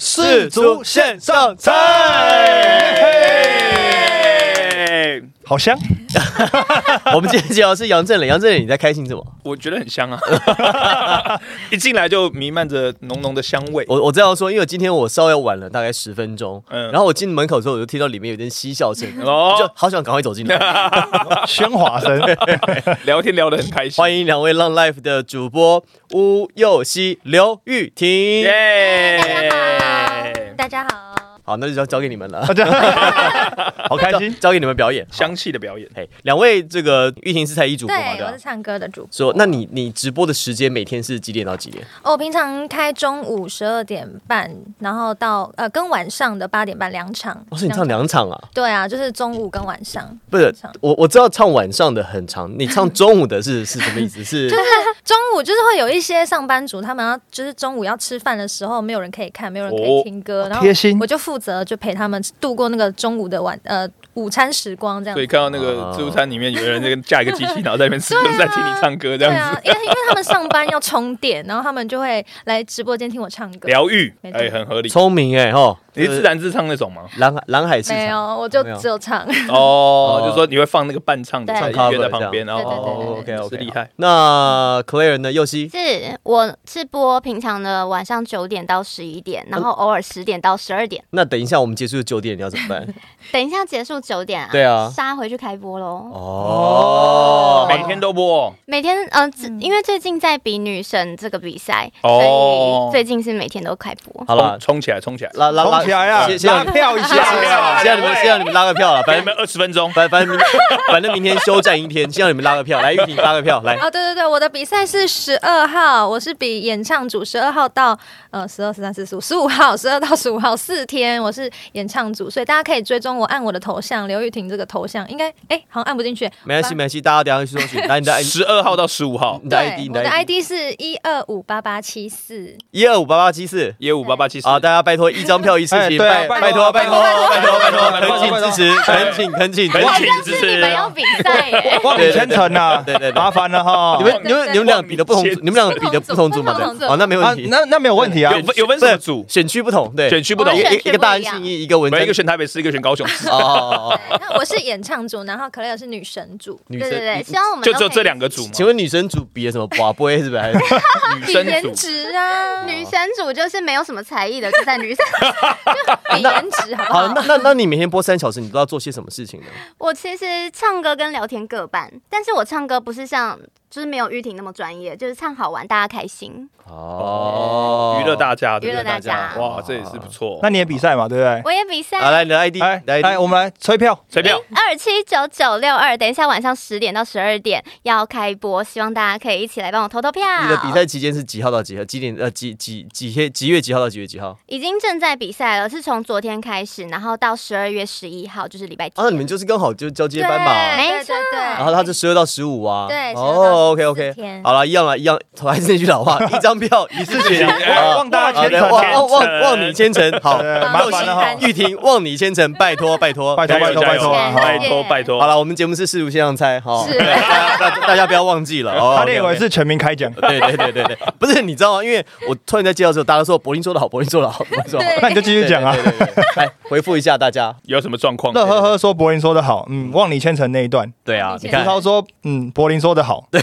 世足线上菜。好香， 我们今天介绍的是杨振磊，杨振磊你在开心什么？我觉得很香啊，啊 一进来就弥漫着浓浓的香味。我我这样说，因为今天我稍微晚了大概十分钟，嗯然后我进门口之后，我就听到里面有点嬉笑声，嗯哦我就好想赶快走进 来。喧哗声。聊天聊得很开 心，欢迎两位浪 life 的主播巫佑熙、刘玉婷。耶！哎大家好，好，那就交交给你们了，大家 好开交心。交给你们表演。香气的表演，嘿，两位这个玉婷是才艺主播嘛，对，对我吧是？唱歌的主播。说，那你你直播的时间每天是几点到几点？哦，我平常开中午十二点半，然后到呃跟晚上的八点半两场。我说你唱两场啊？对啊，就是中午跟晚上。不是场，我我知道唱晚上的很长，你唱中午的 是是什么意思？是中午就是会有一些上班族，他们要就是中午要吃饭的时候，没有人可以看，没有人可哦以听歌，然后贴心我就负责就陪他们度过那个中午的晚呃午餐时光这样所以子。看到那个自助餐里面有人在跟架一个机器，然后 在那边吃，对啊就是在听你唱歌这对样啊子，，因为因为他们上班要充电，然后他们就会来直播间听我唱歌。疗愈，啊没错哎，很合理。聪明哎吼，你是自然自唱那种吗？蓝海蓝海市没场。有，我就没有只有唱。 哦哦，就是说你会放那个伴唱的对音乐在旁边，然对对对后对哦对 OK 是 OK，厉害。那 Claire 呢？佑希是，我是播平常的晚上九点到十一点，然后偶尔十点到十二点。那等一下我们结束九点你要怎么 办？等一下结束九点啊，对啊杀回去开播喽。哦，每天都播，每天呃，自嗯因为最近在比女神这个比赛，哦所以最近是每天都开播。好了冲，冲起来，冲起来！拉拉拉冲起来啊谢！谢拉票一谢谢下啊！谢谢你们，谢谢你们拉个票了，给反正你们二十分 钟，反反正明反正明天休战一天，先让你们拉个票，来玉婷拉个票，来哦，对对对，我的比赛是十二号，我是比演唱组十二号到呃十二、十三、十四、十五号，十二到十五号四天，我是演唱组，所以大家可以追踪我，按我的头像刘玉婷这个头像，应该哎好像按不进去，没关系没关系，大家等一下去搜寻，来你的 ID，十二号到十五号，你的对 ID，你我的的 ID， ID 是一二五八八七四，一二五八八七四。业务八八七四啊，大家拜托一张票一事哎情，对拜啊拜拜托托拜托拜拜托托拜托，拜托，恳请支持，拜托恳请恳请恳哇请。请像支是持你们要比赛耶 望你千层啊！对对对麻烦了哈。你们你们你们俩比的不同哇组，你们俩比的不同组嘛？不对同组哦，那没啊问题，，那那没有问题啊有。分有分什么组？选区不同，对，啊选区不同我一们选区一个大安不一样信义，一个文每山一个选台北市，一个选高雄 市，哦哦哦哦，对那我是演唱组，然后 Clare 是女神组，女对对对，生，希望我们就都只有可以这两个组吗？请问女生组比 了什么？寡杯是不是？还是女比生颜组值啊，女神组就是没有什么才艺的，就在女神。比颜值好不好，好？那那那你每天播三小时，你都要做些什么事情呢？我其实唱歌跟聊天各半，但是我唱歌不是像就是没有玉婷那么专业，就是唱好玩大家开心。哦娱乐大家，对娱乐大家哇，这也是不错。那你也比赛嘛，对不对？我也比赛啊好，来你的 ID，来来来，我们来吹票。谁票？二七九九六二，等一下晚上十点到十二点要开播，希望大家可以一起来帮我投投票。你的比赛期间是几号到几号？几点？呃，几几几天？几月几号到几月几号？已经正在比赛了，是从昨天开始，然后到十二月十一号就是礼拜天。啊，那你们就是刚好就交接对班吧。对对 对，然后他就十二到十五啊。对哦，OK 12到 OK， 14天好了，一样啊了，一样，还是那句老话，一张票一次决定。哎啊望大家好千的层望啊。望望望你千层，好，对麻烦了哈玉婷，望你千层，拜 托拜托拜托加拜油托加拜油托啊！拜哈谢托谢拜托！好了，我们节目是世如现象猜哈，是大家大大家不要忘记了哦。他 OK，OK 列为是全民开奖，对对对对对，不是你知道吗？因为我突然在介绍的时候，大家说柏林说的好，柏林说的好，柏林说的好。那你就继续讲啊。对对对 对来回复一下大家。有什么状况？乐呵呵说柏林说的好，嗯，望你千层那一段，对啊，你你石看看，涛说，嗯，柏林说的好，对，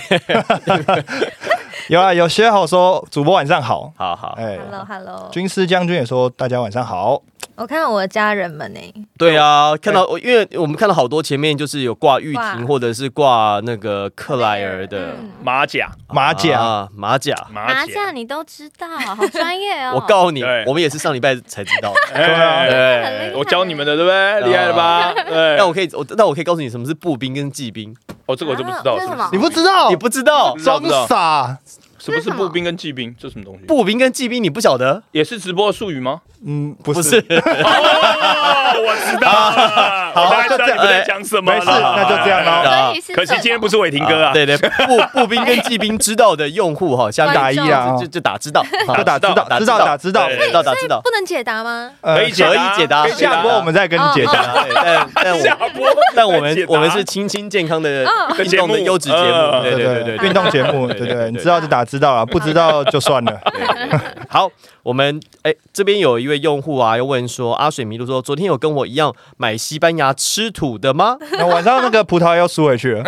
有啊，有薛好说主播晚上好，好好，哎， Hello Hello，军师将军也说大家晚上好，我看到我的家人们呢、对啊，看到我，因为我们看到好多前面就是有挂玉婷，挂或者是挂那个克莱尔的嗯马甲马甲啊马甲。马麻甲将，你都知道， 好专业哦。我告诉你对，我们也是上礼拜才知道的。啊哎，我教你们的，对不对？厉害了吧？对那，我可以，我那我可以告诉你什么是步兵跟骑兵，哦，这个我就不知道，是啊这是什不么是？你不哦知道你，不知道不。知道装不知道傻，什么是这是什么步兵跟骑兵？这什么东西？步兵跟骑兵你不晓得？也是直播术语吗？嗯，不不是是，，哦，我知道了，好啊我大概就知这样道你们在讲什么没了。事，啊那就这样咯。所以是可惜什么今天不是伟霆哥啊，对对， 步步兵跟骑兵知道的用户哈，下面打一啊就，就就打知道，就打知打道，知道打知道，对知道打知道，不能解答吗？呃可以解答，可以解答可以解答下播我们再跟你解答，对但但下我播，但我们解答我们是清清健康的嗯运动的优质节的节目目，嗯对对对对，运动节目，对对，你知道就打知道了，不知道就算了。 好，我们哎、这边有一位用户啊，要问说，阿水迷路说，昨天有跟我一样买西班牙吃土的吗？ 那晚上那个葡萄要输回去了，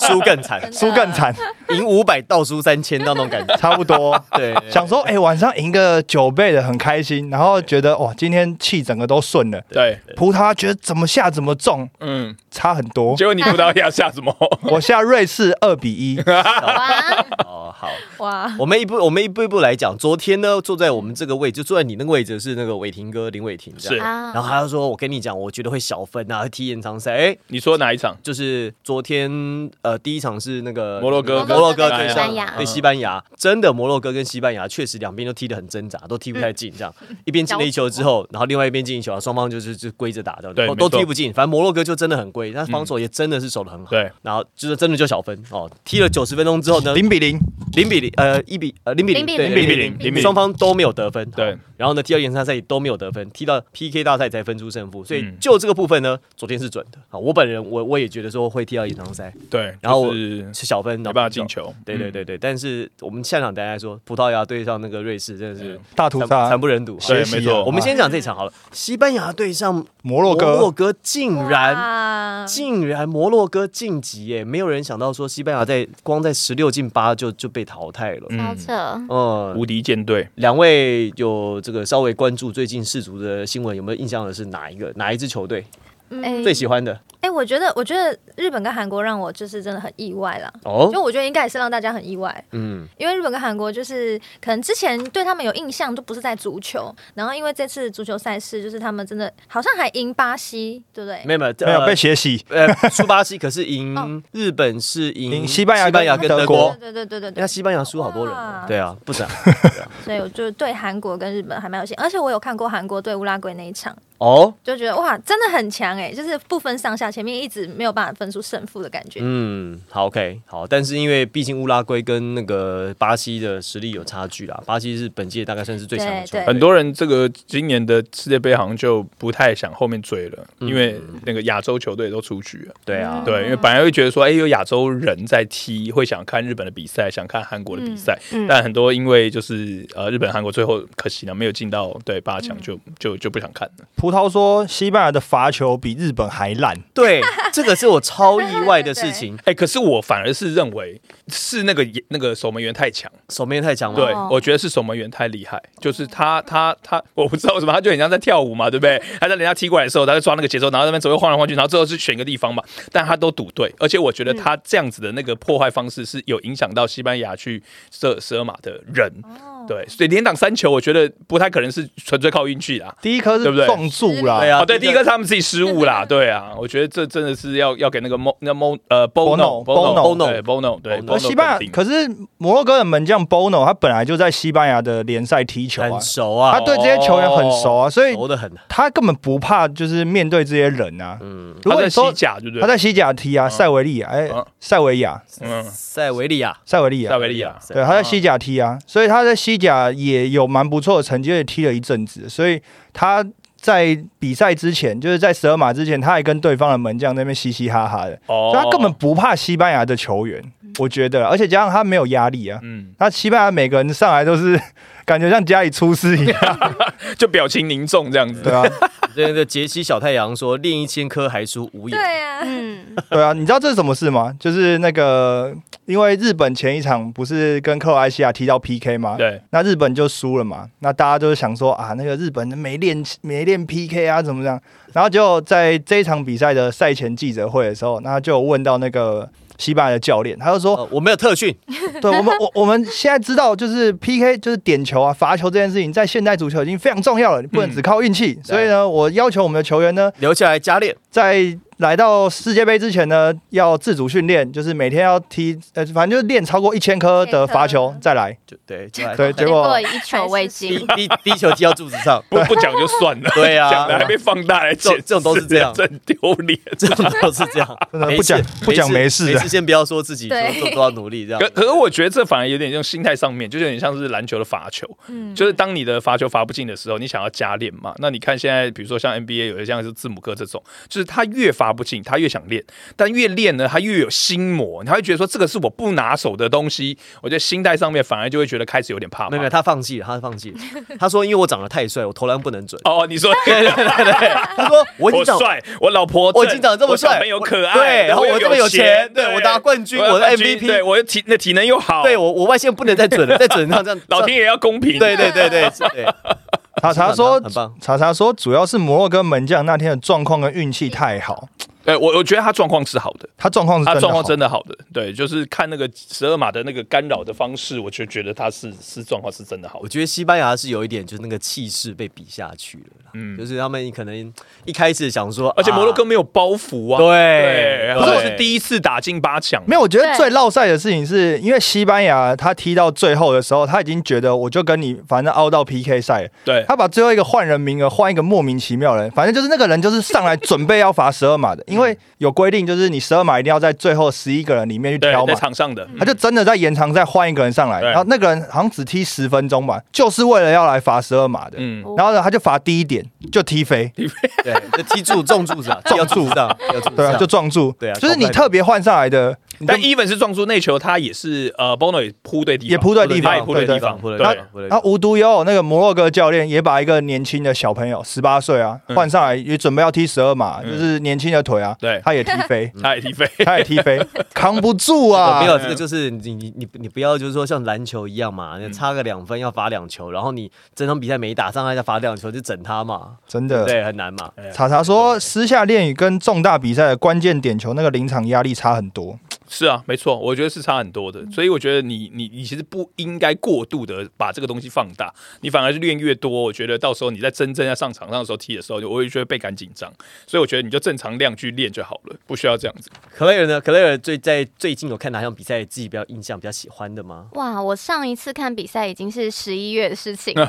输更惨，输更惨，赢五百倒输三千那种感觉。差不多。 对，想说，哎、晚上赢个九倍的很开心，然后觉得哇，哦今天气整个都顺了。对，葡萄觉得怎么下怎么中，嗯，差很多结。果你葡萄牙下什么？我下瑞士二比一，哇，哦，好， 哇，我们一步我们一步一步来讲。昨天呢，坐在我们这个位置，就坐在你那个位置是那个伟霆哥林伟霆这样。是啊然后他就说：“我跟你讲，我觉得会小分啊，会踢延长赛。”哎，你说哪一场？就是昨天呃第一场是那个摩洛哥摩洛哥跟对西班牙对西班牙，真的摩洛哥跟西班牙确实两边都踢得很挣扎，都踢不太进，这样一边进了一球之后，嗯 然后另外一边进一球，然后双方就是就归着打的，对然后都没错嗯踢不进，反正摩洛哥就真的很贵，但防守也真的是守得很好，对，然后就是真的就小分哦，踢了九十分钟之后呢，零比零，零比零呃一比呃零比零0比对零0比零，零比双零。方都没有得分，对好，然后呢，第二延长赛也都没有得分，踢到 PK 大赛才分出胜负，所以嗯就这个部分呢，昨天是准的啊。我本人我我也觉得说会踢到延长赛，对，然后我就是是小分，没然后办法进。球。嗯对对对对，但是我们下场等一下来说，葡萄牙对上那个瑞士真的是大屠惨杀惨。不忍睹。嗯对学哦习啊没错我们先讲这场好了，西班牙对上摩摩洛哥，洛哥竟然。哇竟然摩洛哥晋级耶！没有人想到说西班牙在光在十六进八就就被淘汰了。超嗯，扯，嗯，无敌舰队。两位有这个稍微关注最近世足的新闻，有没有印象的是哪一个哪一支球队哎最喜欢的？哎、我觉得，我觉得日本跟韩国让我就是真的很意外啦。哦，就我觉得应该也是让大家很意外，嗯，因为日本跟韩国就是可能之前对他们有印象都不是在足球，然后因为这次足球赛事就是他们真的好像还赢巴西，对不对？没有没有没有被呃血洗，呃，苏巴西可是赢哎哦日本是赢赢西班牙西班牙跟跟德德国国有，对对对对人家对，西班牙输好多人哦哇，对啊，不 是啊，所以我就对韩国跟日本还蛮有兴趣，而且我有看过韩国对乌拉圭那一场，哦，就觉得哇，真的很强哎、就是不分上下，前面一直没有办法分出胜负的感觉。嗯，好，OK，好，但是因为毕竟乌拉圭跟那个巴西的实力有差距啦，巴西是本届大概算是最强的对球队，对很多人这个今年的世界杯好像就不太想后面追了，因为那个亚洲球队都出局了。对啊，对，因为本来会觉得说，哎，有亚洲人在踢，会想看日本的比赛，想看韩国的比赛。嗯嗯但很多因为就是呃，日本、韩国最后可惜了没有进到对八强就，就就不想看了。葡萄说西班牙的罚球比日本还烂，对，这个是我超意外的事 情，哎，可是我反而是认为是那个那个守门员太强，守门员太强了，对，我觉得是守门员太厉害，就是他他他，我不知道为什么，他就很像在跳舞嘛，对不对？他在人家踢过来的时候，他就抓那个节奏，然后在那边左右晃来晃去，然后最后是选一个地方嘛。但他都赌对，而且我觉得他这样子的那个破坏方式是有影响到西班牙去射十二码的人，对，所以连挡三球，我觉得不太可能是纯粹靠运气啦。第一颗对不是对撞柱啦，对啊哦，对，第一个是他们自己失误啦，对啊，我觉得这真的是要要给那个 Mo 那 Mo 呃 Bono- Bono Bono 对 Bono Bono 对而 Bono 西班更牙顶可是摩洛哥的门将 Bono，他本来就在西班牙的联赛踢球啊很，熟啊，他对这些球员很熟啊，所以熟的很，他根本不怕，就是面对这些人啊。嗯，如他果你在西说甲对不对？他在西甲踢啊，塞维利亚，哎嗯，塞维亚，嗯塞维利亚，塞维利塞亚，维利亚。对，他在西甲踢啊，所以他在西甲也有蛮不错的成绩，也踢了一阵子，所以他。在比赛之前，就是在十二码之前，他还跟对方的门将那边嘻嘻哈哈的，哦所以他根本不怕西班牙的球员，我觉得，而且加上他没有压力啊，嗯，那西班牙每个人上来都是 感觉像家里出事一样，就表情凝重这样子。对啊，这个杰西小太阳说练一千颗还输无眼，对呀、啊，嗯，对啊，你知道这是什么事吗？就是那个，因为日本前一场不是跟克罗埃西亚踢到 PK 吗？对，那日本就输了嘛，那大家就是想说啊，那个日本没练没练 PK 啊，怎么样？然后就在这一场比赛的赛前记者会的时候，那就有问到那个西班牙的教练，他就说，呃我没有特训，对我们我我们现在知道，就是 PK 就是点球啊、罚球这件事情，在现代足球已经非常重要了，你不能只靠运气。所以呢，我要求我们的球员呢，留下来加练，在来到世界杯之前呢，要自主训练，就是每天要踢，呃，反正就是练超过一千颗的罚球再来。就 对，就来对，结结果果一球未进？第，第第一球踢到柱子 上，不不讲就算了，对啊 讲的还被放大来这讲种，这种都是这样真丢脸。这种都是这样，真的没不事讲不讲没没事没的事先不要说自己说对做多少努力这样可，可是我觉得这反而有点像心态上面，就有点像是篮球的罚球，嗯，就是当你的罚球罚不进的时候，你想要加练嘛？那你看现在，比如说像 NBA 有些像是字母哥这种，就是他越罚拔不进，他越想练，但越练呢，他越有心魔，他会觉得说这个是我不拿手的东西，我觉得心态上面反而就会觉得开始有点怕没怕有没有，他放弃了，他放弃 了。他说因为我长得太帅，我投篮不能准。哦，你说 对对对他说我已经 我长，帅，我老婆正，我已经长得这么我小帅朋友可爱，对，然后我又这么有有钱，对对我拿冠军，我我的有冠军对 MVP，我又体那体能又好，对我我外线不能再准了，再准上这样 老天也要公平，对对对对对， 查查说很棒，查查说主要是摩洛哥门将那天的状况跟运气太好，对哎我我觉得他状况是好的，他状况是真他的状况好真的好的，对，就是看那个十二码的那个干扰的方式，我就觉得他是是状况是真的好我。觉得西班牙是有一点就是那个气势被比下去了啦，嗯就是他们可能一开始想说，而且摩洛哥啊没有包袱啊，对他们对是第一次打进八强，没有，我觉得对最落赛的事情是因为西班牙他踢到最后的时候，他已经觉得我就跟你反正凹到 PK 赛了，对他把最后一个换人名额换一个莫名其妙的人，反正就是那个人就是上来准备要罚十二码的，嗯因为有规定就是你十二码一定要在最后十一个人里面去挑对，嘛。在场上的，嗯他就真的在延长赛换一个人上来，对然后那个人好像只踢十分钟吧，就是为了要来罚十二码的。嗯，然后呢，他就罚第一点就踢飞，对，就踢住重柱子 啊，踢到柱子上，踢到柱子对啊，上就撞住，对啊就是你特别换上来的，你就但 even 是撞出内球，他也是呃，Bono 也扑对地方，也扑对地他也方，扑对对对地方，扑对对地方对对然后无独有偶，那个摩洛哥教练也把一个年轻的小朋友，十八岁啊，嗯换上来也准备要踢十二码，嗯就是年轻的腿啊，对他也踢飞，他也踢 飞，他也踢飞，扛不住啊没。有这个就是你你你你不要就是说像篮球一样嘛，嗯你差个两分要罚两球，然后你整场比赛没打上来再罚两球就整他嘛，真对不的。对，很难嘛。查查说，私下练语跟重大比赛的关键点球那个临场压力差很多。是啊，没错，我觉得是差很多的，所以我觉得你你你其实不应该过度的把这个东西放大，你反而是练越多，我觉得到时候你在真正要上场上的时候踢的时候，我会觉得倍感紧张，所以我觉得你就正常量去练就好了，不需要这样子。克莱尔呢？克莱尔最在最近有看哪项比赛自己比较印象比较喜欢的吗 哇，我上一次看比赛已经是十一月的事情 了，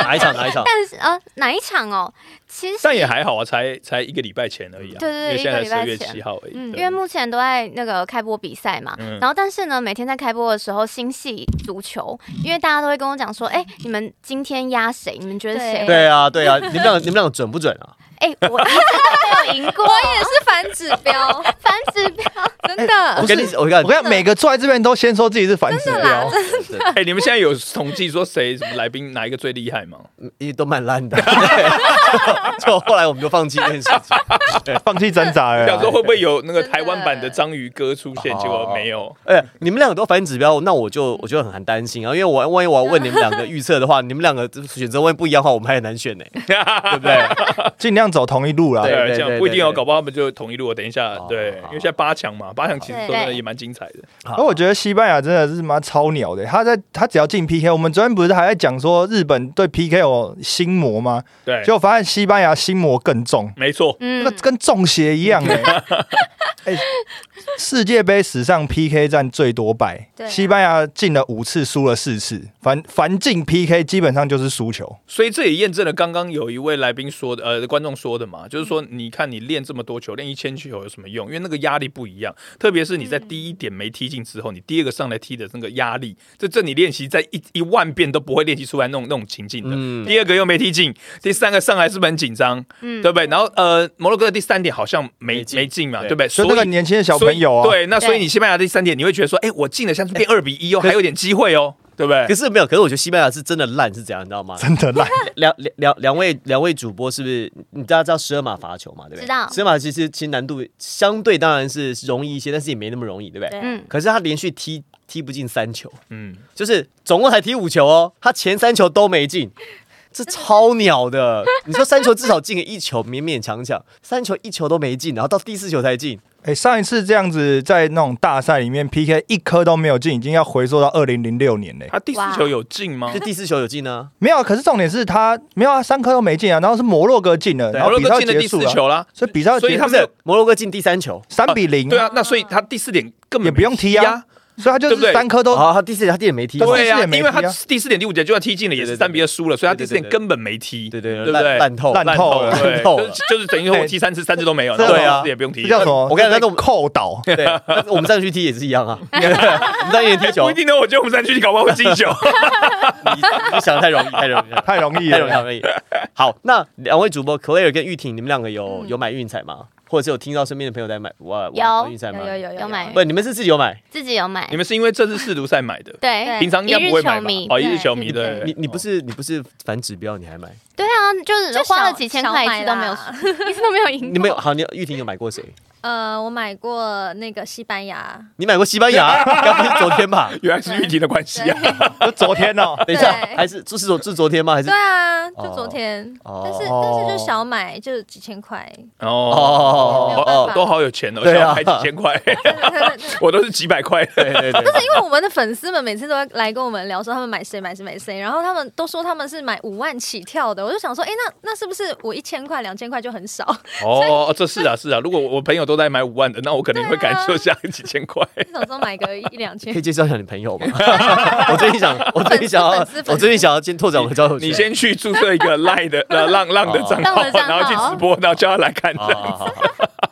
哪一场？哪一场？但是呃，哪一场哦？其实但也还好啊，才才一个礼拜前而已啊，对嗯对对因为现在一个礼拜才十月前七号而已，嗯，对因为目前都在那个开播比赛嘛，嗯然后但是呢，每天在开播的时候，心系足球，嗯因为大家都会跟我讲说，哎、你们今天压谁？你们觉得谁？对啊，对啊，你们俩你们俩准不准啊？哎、我一直都没有赢过，我也是反指标，反指标。 真的哎我呃不跟是你我跟我跟你讲，每个坐在这边都先说自己是反指标，你讲，哎、你们现在有统计说谁什么来宾哪一个最厉害吗？因嗯为都蛮烂的， 就后来我们就放弃这件事 情。放弃挣扎了想说啦。会不会有那个真的台湾版的章鱼哥出现，哦结果没有。哎、你们两个都反指标，那我就我就很很担心啊，因为我万一我要问你们两个预测的话，你们两个选择问不一样的话，我们还很难 选呢、对不对？尽量走同一路啦对。这样不一定哦，对对搞不好他们就同一路。我等一下哦，对，好因为现在八强嘛，八强其实说真的也蛮精彩的。而我觉得西班牙真的是妈超鸟的，他在他只要进 PK，我们昨天不是还在讲说日本对 PK 有心魔吗？对，结果发现西班牙心魔更重，没错，那嗯个，跟中邪一 样哎、欸。哎世界杯史上 PK 战最多败，对啊西班牙进了五次，输了四次，凡凡进 PK 基本上就是输球。所以这也验证了刚刚有一位来宾说的，呃，观众说的嘛，就是说，你看你练这么多球，练一千球有什么用？因为那个压力不一样，特别是你在第一点没踢进之后，你第二个上来踢的那个压力，这这你练习在一一万遍都不会练习出来那种那种情境的。嗯第二个又没踢进，第三个上来是不是很紧张？嗯对不对？然后呃，摩洛哥的第三点好像没没进没进嘛，对对不对？所所以以那个年轻的小朋友啊，所以对，那所以对你西班牙的第三点，你会觉得说，哎，我进了，像是变二比一哦，还有点机会哦，对不对可？是没有，可是我觉得西班牙是真的烂，是怎样，你知 道吗？真的 烂。两两两两位两位主播是不是？你大家知道十二码罚球嘛？对不对？知道十二码其实其实难度相对当然是容易一些，但是也没那么容易，对不对？ 对，嗯，可是他连续踢踢不进三球，嗯，就是总共才踢五球哦，他前三球都没进，这超鸟的。你说三球至少进个一球，勉勉强强，三球一球都没进，然后到第四球才进，哎、上一次这样子在那种大赛里面 PK 一颗都没有进，已经要回溯到二零零六年嘞、他第四哇球有进吗就？第四球有进呢、没有啊，可是重点是他没有啊，三颗都没进啊，然后是摩洛哥进了，对然摩后洛比哥赛进了结第束啊四了，球啦，所以比赛所以结他不们是摩洛哥进第三球，三比零、对啊，那所以他第四点根本也不用踢啊没啊，所以他就对不是对三颗都然啊后他第四球他第也没踢嘛，对对他啊，第四点没因踢啊为他第四点第五节就要踢进了，也对对是对三比二输了，所以他对对第对四点根本没踢，对对对不烂对？烂透。烂烂透透了了，烂透对，了 就是就是等于说我踢三次，三次都没有，对啊那我第四也不用踢这，叫什么？我刚才在这弄扣倒， 对，但是我们上去踢也是一样啊，我们上去踢球啊不一，定哦呢。我觉得我们三区搞不好会进 球，你你想的太容易，太容易了。太容易太容易，太了。容易。好，那两位主播 Claire 跟玉婷，你们两个有有买运彩吗？或者是有听到身边的朋友在买哇有哇运赛嗯有吗？有有有买不，你们是自己有买？自己有买你，们是因为这次世足赛买的，对，平常应该不会买吧一日球迷？哦，一日对球迷对，对 你你不是哦你不是反指标你还买？对啊，就是就花了小几千小块一买次都 没有啦， 一次都没有赢过。你没有好，你玉婷有买过谁？呃，我买过那个西班牙，你买过西班牙？ 刚不是昨天吧？原来是玉婷的关系对啊。就昨天哦， 等一下，对还是这是昨这是昨天吗？还是对啊，就哦昨天，哦但是但是就小买，就是几千块， 没哦有办法都好有钱哦，对啊要拍几千块， 我都是几百块。对对对，因为我们的粉丝们每次都会来跟我们聊说他们买谁买谁买谁，然后他们都说他们是买五万起跳的，我就想说，哎、那那是不是我一千块两千块就很少？ 哦，这是啊是啊，如果我朋友都在买五万的，那我肯定会感受下几千 块。就想说买个一两千可以，介绍一下你朋友 吗？ 我最近想，我最近想要粉丝粉，丝我最近想要先拓展我的交友圈。你先去注册一个赖 的呃浪浪的账浪号，的账号然后去直播，然后叫他来看。好哦好好，好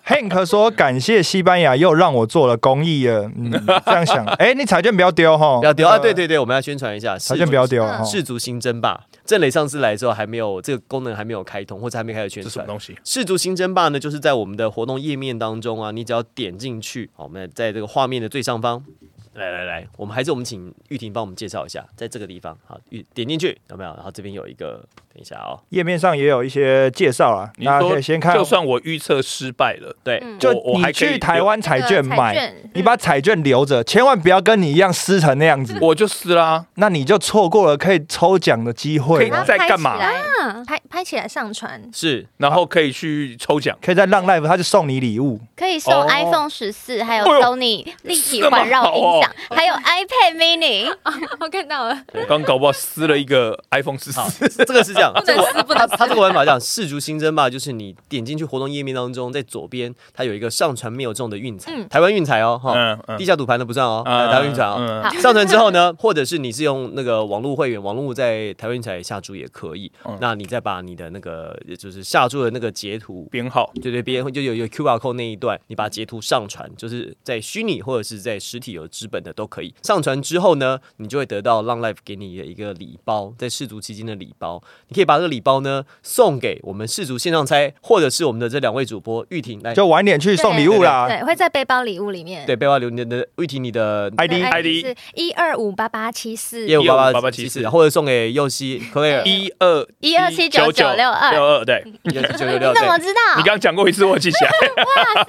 Hank 说：“感谢西班牙又让我做了公益了。”嗯，这样 想，哎、你彩券不要丢哈，不要丢啊！对，对对，我们要宣传一下，彩券不要丢哈。氏族新争霸。郑磊上次来之后还没有这个功能还没有开通，或者还没开始宣这是什么传。东西？氏族新争霸呢，就是在我们的活动页面当中啊，你只要点进去，好我们在这个画面的最上方。来来来，我们还是我们请玉婷帮我们介绍一下，在这个地方，好，玉点进去有没有？然后这边有一个，等一下哦，页面上也有一些介绍啦，你大家可说以先看。就算我预测失败了，对，嗯就我我你还可以去台湾彩券那个彩买，券嗯你把彩券留着，千万不要跟你一样撕成那样子，我就撕啦。那你就错过了可以抽奖的机会可以了。在干嘛然后拍起来？啊拍拍起来上传，是然后可以去抽奖。可以在浪 live，他就送你礼物。可以送哦 iPhone 十四，还有哎呦 Sony 立体环绕音响，还 有 iPad Mini。我看到了，我刚搞不好撕了一个 iPhone 十好四，这个是这样，不能撕，不它能它这撕。个玩法这样，世足新增吧，就是你点进去活动页面当中，在左边它有一个上传没有中的运彩，嗯台湾运彩哦，哈、嗯嗯地下赌盘的不算哦，嗯台湾运彩哦。嗯好上传之后呢，或者是你是用那个网络会员，网络在台湾运彩下注也可以。嗯那你再把你的那个就是下注的那个截图，编号对对，边就有有 QR code 那一段，你把截图上传，就是在虚拟或者是在实体有纸本的都可以。上传之后呢，你就会得到浪 life 给你的一个礼包，在氏族期间的礼包，你可以把这个礼包呢送给我们氏族线上猜，或者是我们的这两位主播玉婷来。就晚点去送礼物啦。啊对，会在背包礼物里面。对，背包留你的玉婷，你的 ID 对 ID 是一二五八八七四，业务八八七15887四，或者送给佑希、克莱尔、一二1279962六二，啊对佑希九你六六，怎么对，知道？你刚讲过一次，我记 起来，哇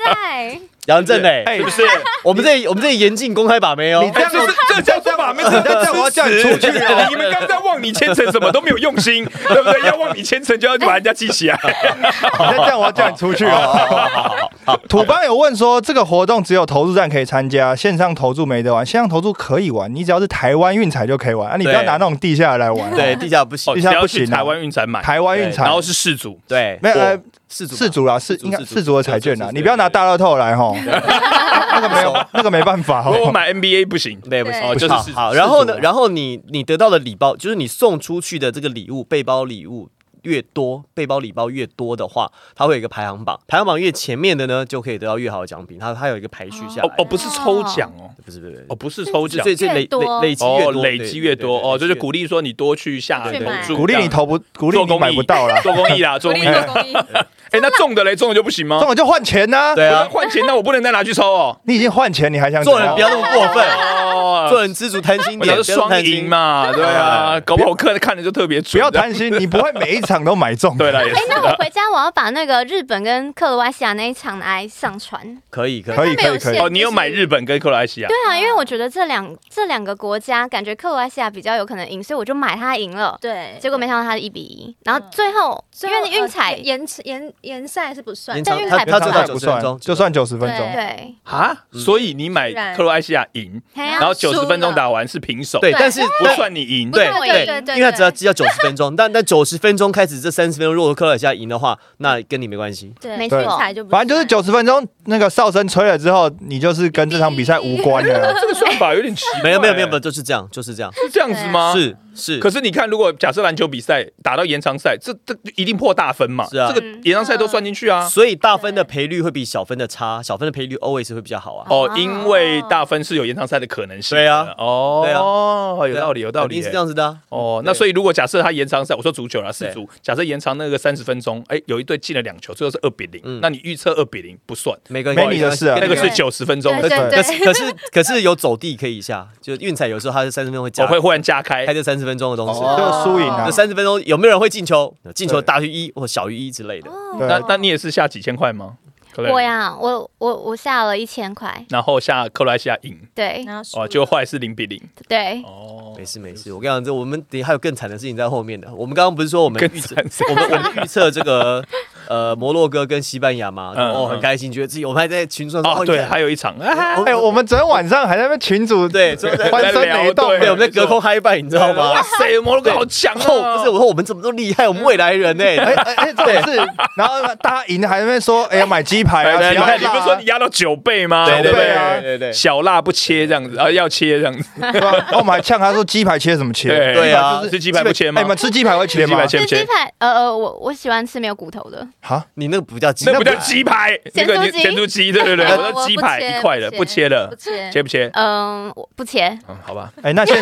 塞！杨振 磊，哎是不是？我们这里我们这里严禁公开把妹哦你。这样这是这叫做把妹，这这我要叫你出 去哦！你们刚才望你千层，什么都没有用心， 对不对？要望你千层，就要把人家记起来。哎你再这样，我要叫你出去好哦。好好好好土邦有问说，这个活动只有投注站可以参加，线上投注没得玩，线上投注可以玩，你只要是台湾运彩就可以玩啊，你不要对拿那种地下的来玩。对，，地下不行哦，只下要不去行啊台湾运展买，台湾运彩然后是世足，对，没有呃四组吧四组啦，是四组应该四组四组的彩券啦啊四，组你不要拿大乐透来吼，那个没有，那个没办法如果我哦。买 NBA 不行，对，不对是，哦不就是好是好。是然后组呢，啊然后你你得到的礼包，就是你送出去的这个礼物，背包礼物越多，背包礼包越多的话，它会有一个排行榜，排行榜越前面的呢，就可以得到越好的奖品，它它有一个排序下来哦的。哦，不是抽奖哦，不是不是不是哦，不是抽奖所。以所以累越多累累积越哦，多，累积越多哦，就是鼓励。励说你多去下对对对投注，鼓励你投不，鼓励做公你益买不到啦，做公益啦，做 鼓公励益。做哎，公益，那中的嘞，中了就不行吗中？了就换钱呐。对啊，换钱，那我不能再拿去抽哦。你已经换钱，你还想做人怎不样要那么过分，哦，做人知足贪心我想点，是不要双贪赢心。哎嘛，对啊，搞不好我看看着就特别不准。要贪心，你不会每一场都买中。对了，也哎是，那我回家我要把那个日本跟克罗埃西亚那一场来上传。可以哎可以可以他没可有以可以限，哦，你有买日本跟克罗埃西亚对啊，因为我觉得这两这两个国家感觉克罗埃西亚比较有可能赢，所以我就买他赢了。对，结果没想到他一比一，然后最后因为运彩呃延延延赛是不算延，长但运他彩他不最算到他九不十分钟算，，就算九十分钟对。对，啊，嗯所以你买克罗埃西亚赢，嘿然后啊，九十分钟打完是平手，对，对但是不算你赢。对不算我对赢对对因为他只要对只要九十分钟，但但九十分钟开始这三十分钟，如果克罗埃西亚赢的话，那跟你没关系。对，没错运彩就不反正就是算九十分钟，那个哨声吹了之后，你就是跟这场比赛无关了。 这个算法有点奇怪，没有没有没有没有，，就是这样，就是这样，是这样子吗？是是，啊可是你看，如果假设篮球比赛打到延长赛，这这一定破大分嘛？是啊这个嗯延长赛都算进去啊。所以大分的赔率会比小分的差，小分的赔率 always 会比较好啊。哦，因为大分是有延长赛的可能性的。对啊哦，对啊哦，有道理，有道肯理定是耶这。样子的啊。哦，那所以如果假设他延长赛，我说足球啦，四足，假设延长那个三十分钟，哎，有一队进了两球，最后是二比零，那你预测二比零不算，每个人没你的事啊那个是对九十分钟，对对可对是可是可是有走地可以一下，就运彩有时候它是三十分钟会加哦我，会忽然加开开。这三十分钟的东西。哦就输赢啊这。三十分钟有没有人会进球？进球大于一或小于一之类的。哦对那那你也是下几千块吗？克莱我呀，我我我下了一千块，然后下克罗埃西亚赢，对然后输哦，结果后来是零比零。对，哦没事没事，我跟你讲，这我们等一下还有更惨的事情在后面的。我们刚刚不是说我们预测，我们我们预测这个呃摩洛哥跟西班牙嘛，嗯哦嗯很开心，觉得自己我们还在群上说 哦，哦对，你看还有一场，啊哎、我们昨天晚上还在那边群主对就在 欢声雷动，对，我们在隔空嗨拜，你知道吗哇？塞，摩洛哥好强哦，哦！不是我说我们怎么都厉害，我们未来人呢？哎哎哎，这种事，然后大家赢了还在那边说，哎、要买鸡排哎，啊，来其他来的你不是说你压到九倍吗？对不对啊对对小辣不切这样子，啊，要切这样子，对吧？然后我们还呛他说鸡排切什么切？对对啊是鸡排不切哎、吗你？们吃鸡排会切吃鸡吗？排切不这切？鸡排，呃呃，我我喜欢吃没有骨头的，哈，你那个不叫鸡，那不叫鸡排，那咸个酥你鸡咸猪鸡，对对对，我我我说不鸡排切一块的，不不切了 不，切，切不切？嗯，我不切，嗯，好吧， 哎、那 线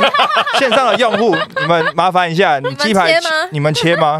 线上的用户，你们麻烦一下，你们鸡排切吗你们切吗？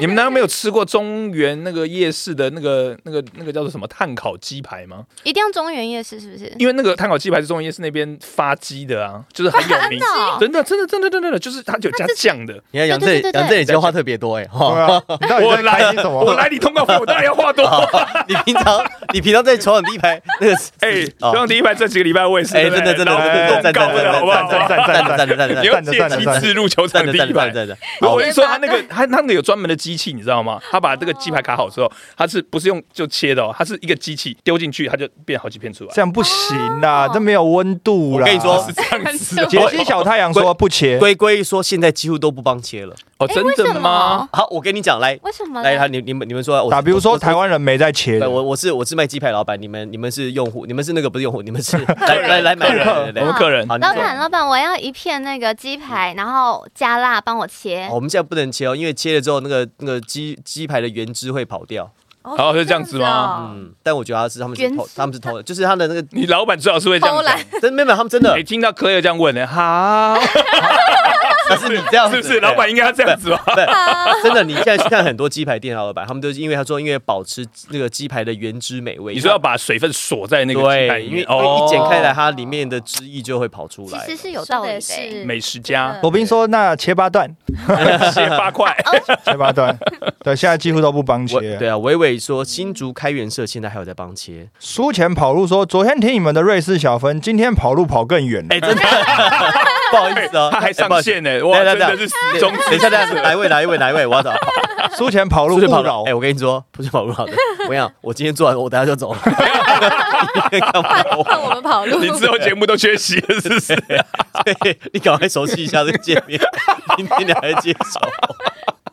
你们难道没有吃过中原那个夜市的那个、那个、那个叫做什么碳烤鸡排吗？一定要中原夜市是不是？因为那个碳烤鸡排是中原夜市那边发鸡的啊，就是很有名真的哦，真的真的真的真的真的，就是它有加酱的。你看杨振对对对对杨振也接话特别多哎，对哈，啊，你到底我在开来心什，么？我来你通告费，我当然要 话多。啊你平常你平常在球场第一排那个哎，哦希望第一排这几个礼拜我也是，哎对不真的对真的老虎真的通告真的的好不好？真的站着站着站着你站要真的借真的机真的置入球场着第一站着排。站着， 我哦跟你说，他那个他他那个有专门的机器，你知道吗？他把这个鸡排卡好之后，他是不是用就切的哦？他是一个机器丢进去，它就变好几片出来。这样不行啦，哦这没有温度我啦。跟你说是这样子哦杰西小太阳说不切，龟龟说现在几乎都不帮切了。哦，哎真为什的吗么？好，我跟你讲，来为什么呢？来，你你们你们说，我打比如说台湾。湾人没在切对，的，我我是我是卖鸡排老板，你们你们是用户，你们是那个不是用户，你们 是来来来买来来来我来们客人好，你老说板，老板，我要一片那个鸡排，然后加辣，帮我切好。我们现在不能切嗯哦，因为切了之后那个那个鸡鸡排的原汁会跑掉。哦是这样子吗哦？嗯，但我觉得他是他们是原偷汁他们是偷的，就是他的那个你老板最好是哦会这样偷懒讲。真没有没有他们真的哎，，听到 Clare 这样问呢， 好，可是你这样子是不是？老板应该要这样子吧？对，真的，你现在去看很多鸡排店老板，他们都是因为他说，因为保持那个鸡排的原汁美味，你说要把水分锁在那个鸡排对，里因为面因为一剪开来，哦它里面的汁液就会跑出其来。实是有道理的欸。美食家罗宾说那切八段，切 八块，切八段，对，现在几乎都不帮我切。对啊，伟伟说新竹开元社现在还有在帮 切，苏前跑路说，昨天听你们的瑞士小分，今天跑路跑更远了。哎，真的不好意思啊， 他还上线呢，哇，哎真不好的意思是死忠 等一下，等一下，哪一位？哪一位？哪一位？我要找。苏前跑路不是哎跑不路扰哎、，我跟你说，不是跑路好的。我跟你讲，我今天做完，我等下就走了。 你干嘛我？看我们跑路， 你之后节目都缺席了，是不 是？对你赶快熟悉一下这个界面。今天你还接手，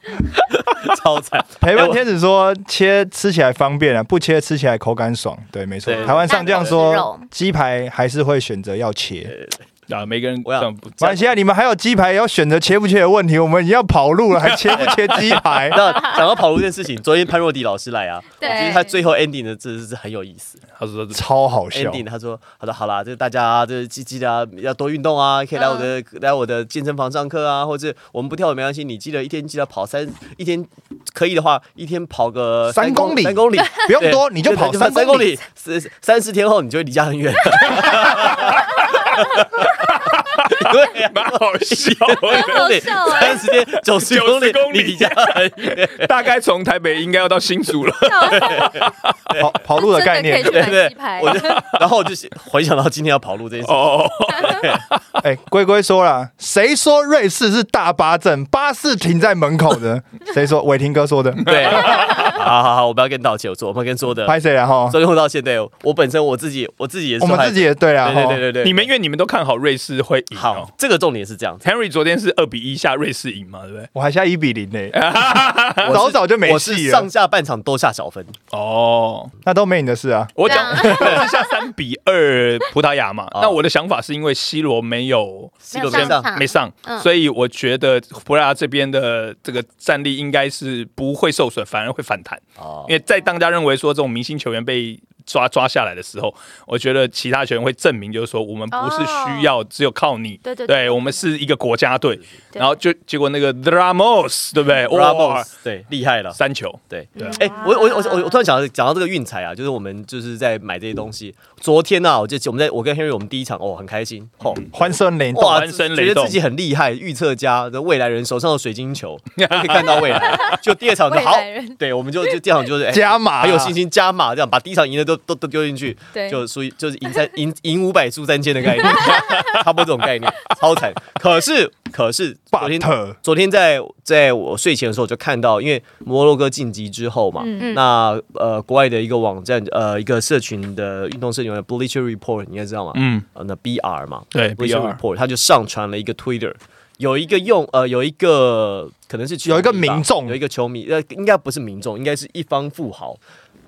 超惨。陪哎伴我天使说切吃起来方便啊，不切吃起来口感爽。对，没错对。台湾上将说但鸡排还是会选择要切。啊，每个人我要？这样不马来西亚，你们还有鸡排要选择切不切的问题，我们已经要跑路了，还切不切鸡排那讲到跑路这件事情，昨天潘若迪老师来啊，我对觉得他最后 ending 的这是很有意思。他说这超好笑。 ending 他说，他说好啦，就是大家就是记记得啊要多运动啊，可以来我嗯的、来我的健身房上课啊，或者我们不跳也没关系，你记得一天记得跑三一天可以的话，一天跑个三公里三公 里不用多对你就跑对三三公公里里，三三十天后你就会离家很 远。对呀、 蛮好笑的。好欸笑三十天九十公里90，公里你离 家很远，大概从台北应该要到新竹了，跑跑路的概念真的可以去。对不买对鸡排？我就然后我就回想到今天要跑路这件事， 哦，哎，龟龟说了，谁说瑞士是大巴镇？巴士停在门口的，谁说？伟霆哥说的，对，好好好，我们要跟你道歉，我做我们跟做的拍谁然后所以用到现在，我本身我自己我自己也是我受们害自己也对者啦，对对齁对对对，你们因为你们都看好瑞士会赢哦好。，这个重点是这样 子。 Henry 昨天是二比一下瑞士赢嘛，对不对？我还下一比零呢，我是早早就没我戏是了上下半场都下小分，哦，那都没你的事啊。我讲我是下三三比二葡萄牙嘛。哦那我的想法是因为 C 罗没有 C 没罗有先上上，场没上，嗯所以我觉得葡萄牙这边的这个战力应该是不会受损，反而会反弹。 哦因为在当家认为说这种明星球员被抓抓下来的时候，我觉得其他球员会证明，就是说我们不是需要只有靠你，对对对对我们是一个国家队。对然后就结果那个 Ramos 对不对 Ramos 哇对厉害了。三球，对对哎、我我我我我突然想到讲到这个运彩啊，就是我们就是在买这些东西。昨天呢、啊，我就我们在我跟 Henry 我们第一场哦很开心， 哦欢声雷动，哇，翻身雷觉得动自己很厉害，预测家的未来人手上的水晶球可以看到未来。就第二场就好未来人，对，我们就就第二场 就是、哎加码很有信心加码，这样把第一场赢的都都都丢进去，对就输就是赢三赢赢五百输三千的概念， 差不多这种概念，超惨。可是可是昨天 But 昨天在在我睡前的时候就看到，因为摩洛哥晋级之后嘛，嗯那呃国外的一个网站呃一个社群的运动社群的 Bleacher Report 你应该知道吗？嗯，呃，那 BR 嘛，对 Bleacher ，BR Report，他就上传了一个 Twitter，有一个用呃有一个可能是球迷吧有一个民众有一个球迷，呃，应该不是民众，应该是一方富豪。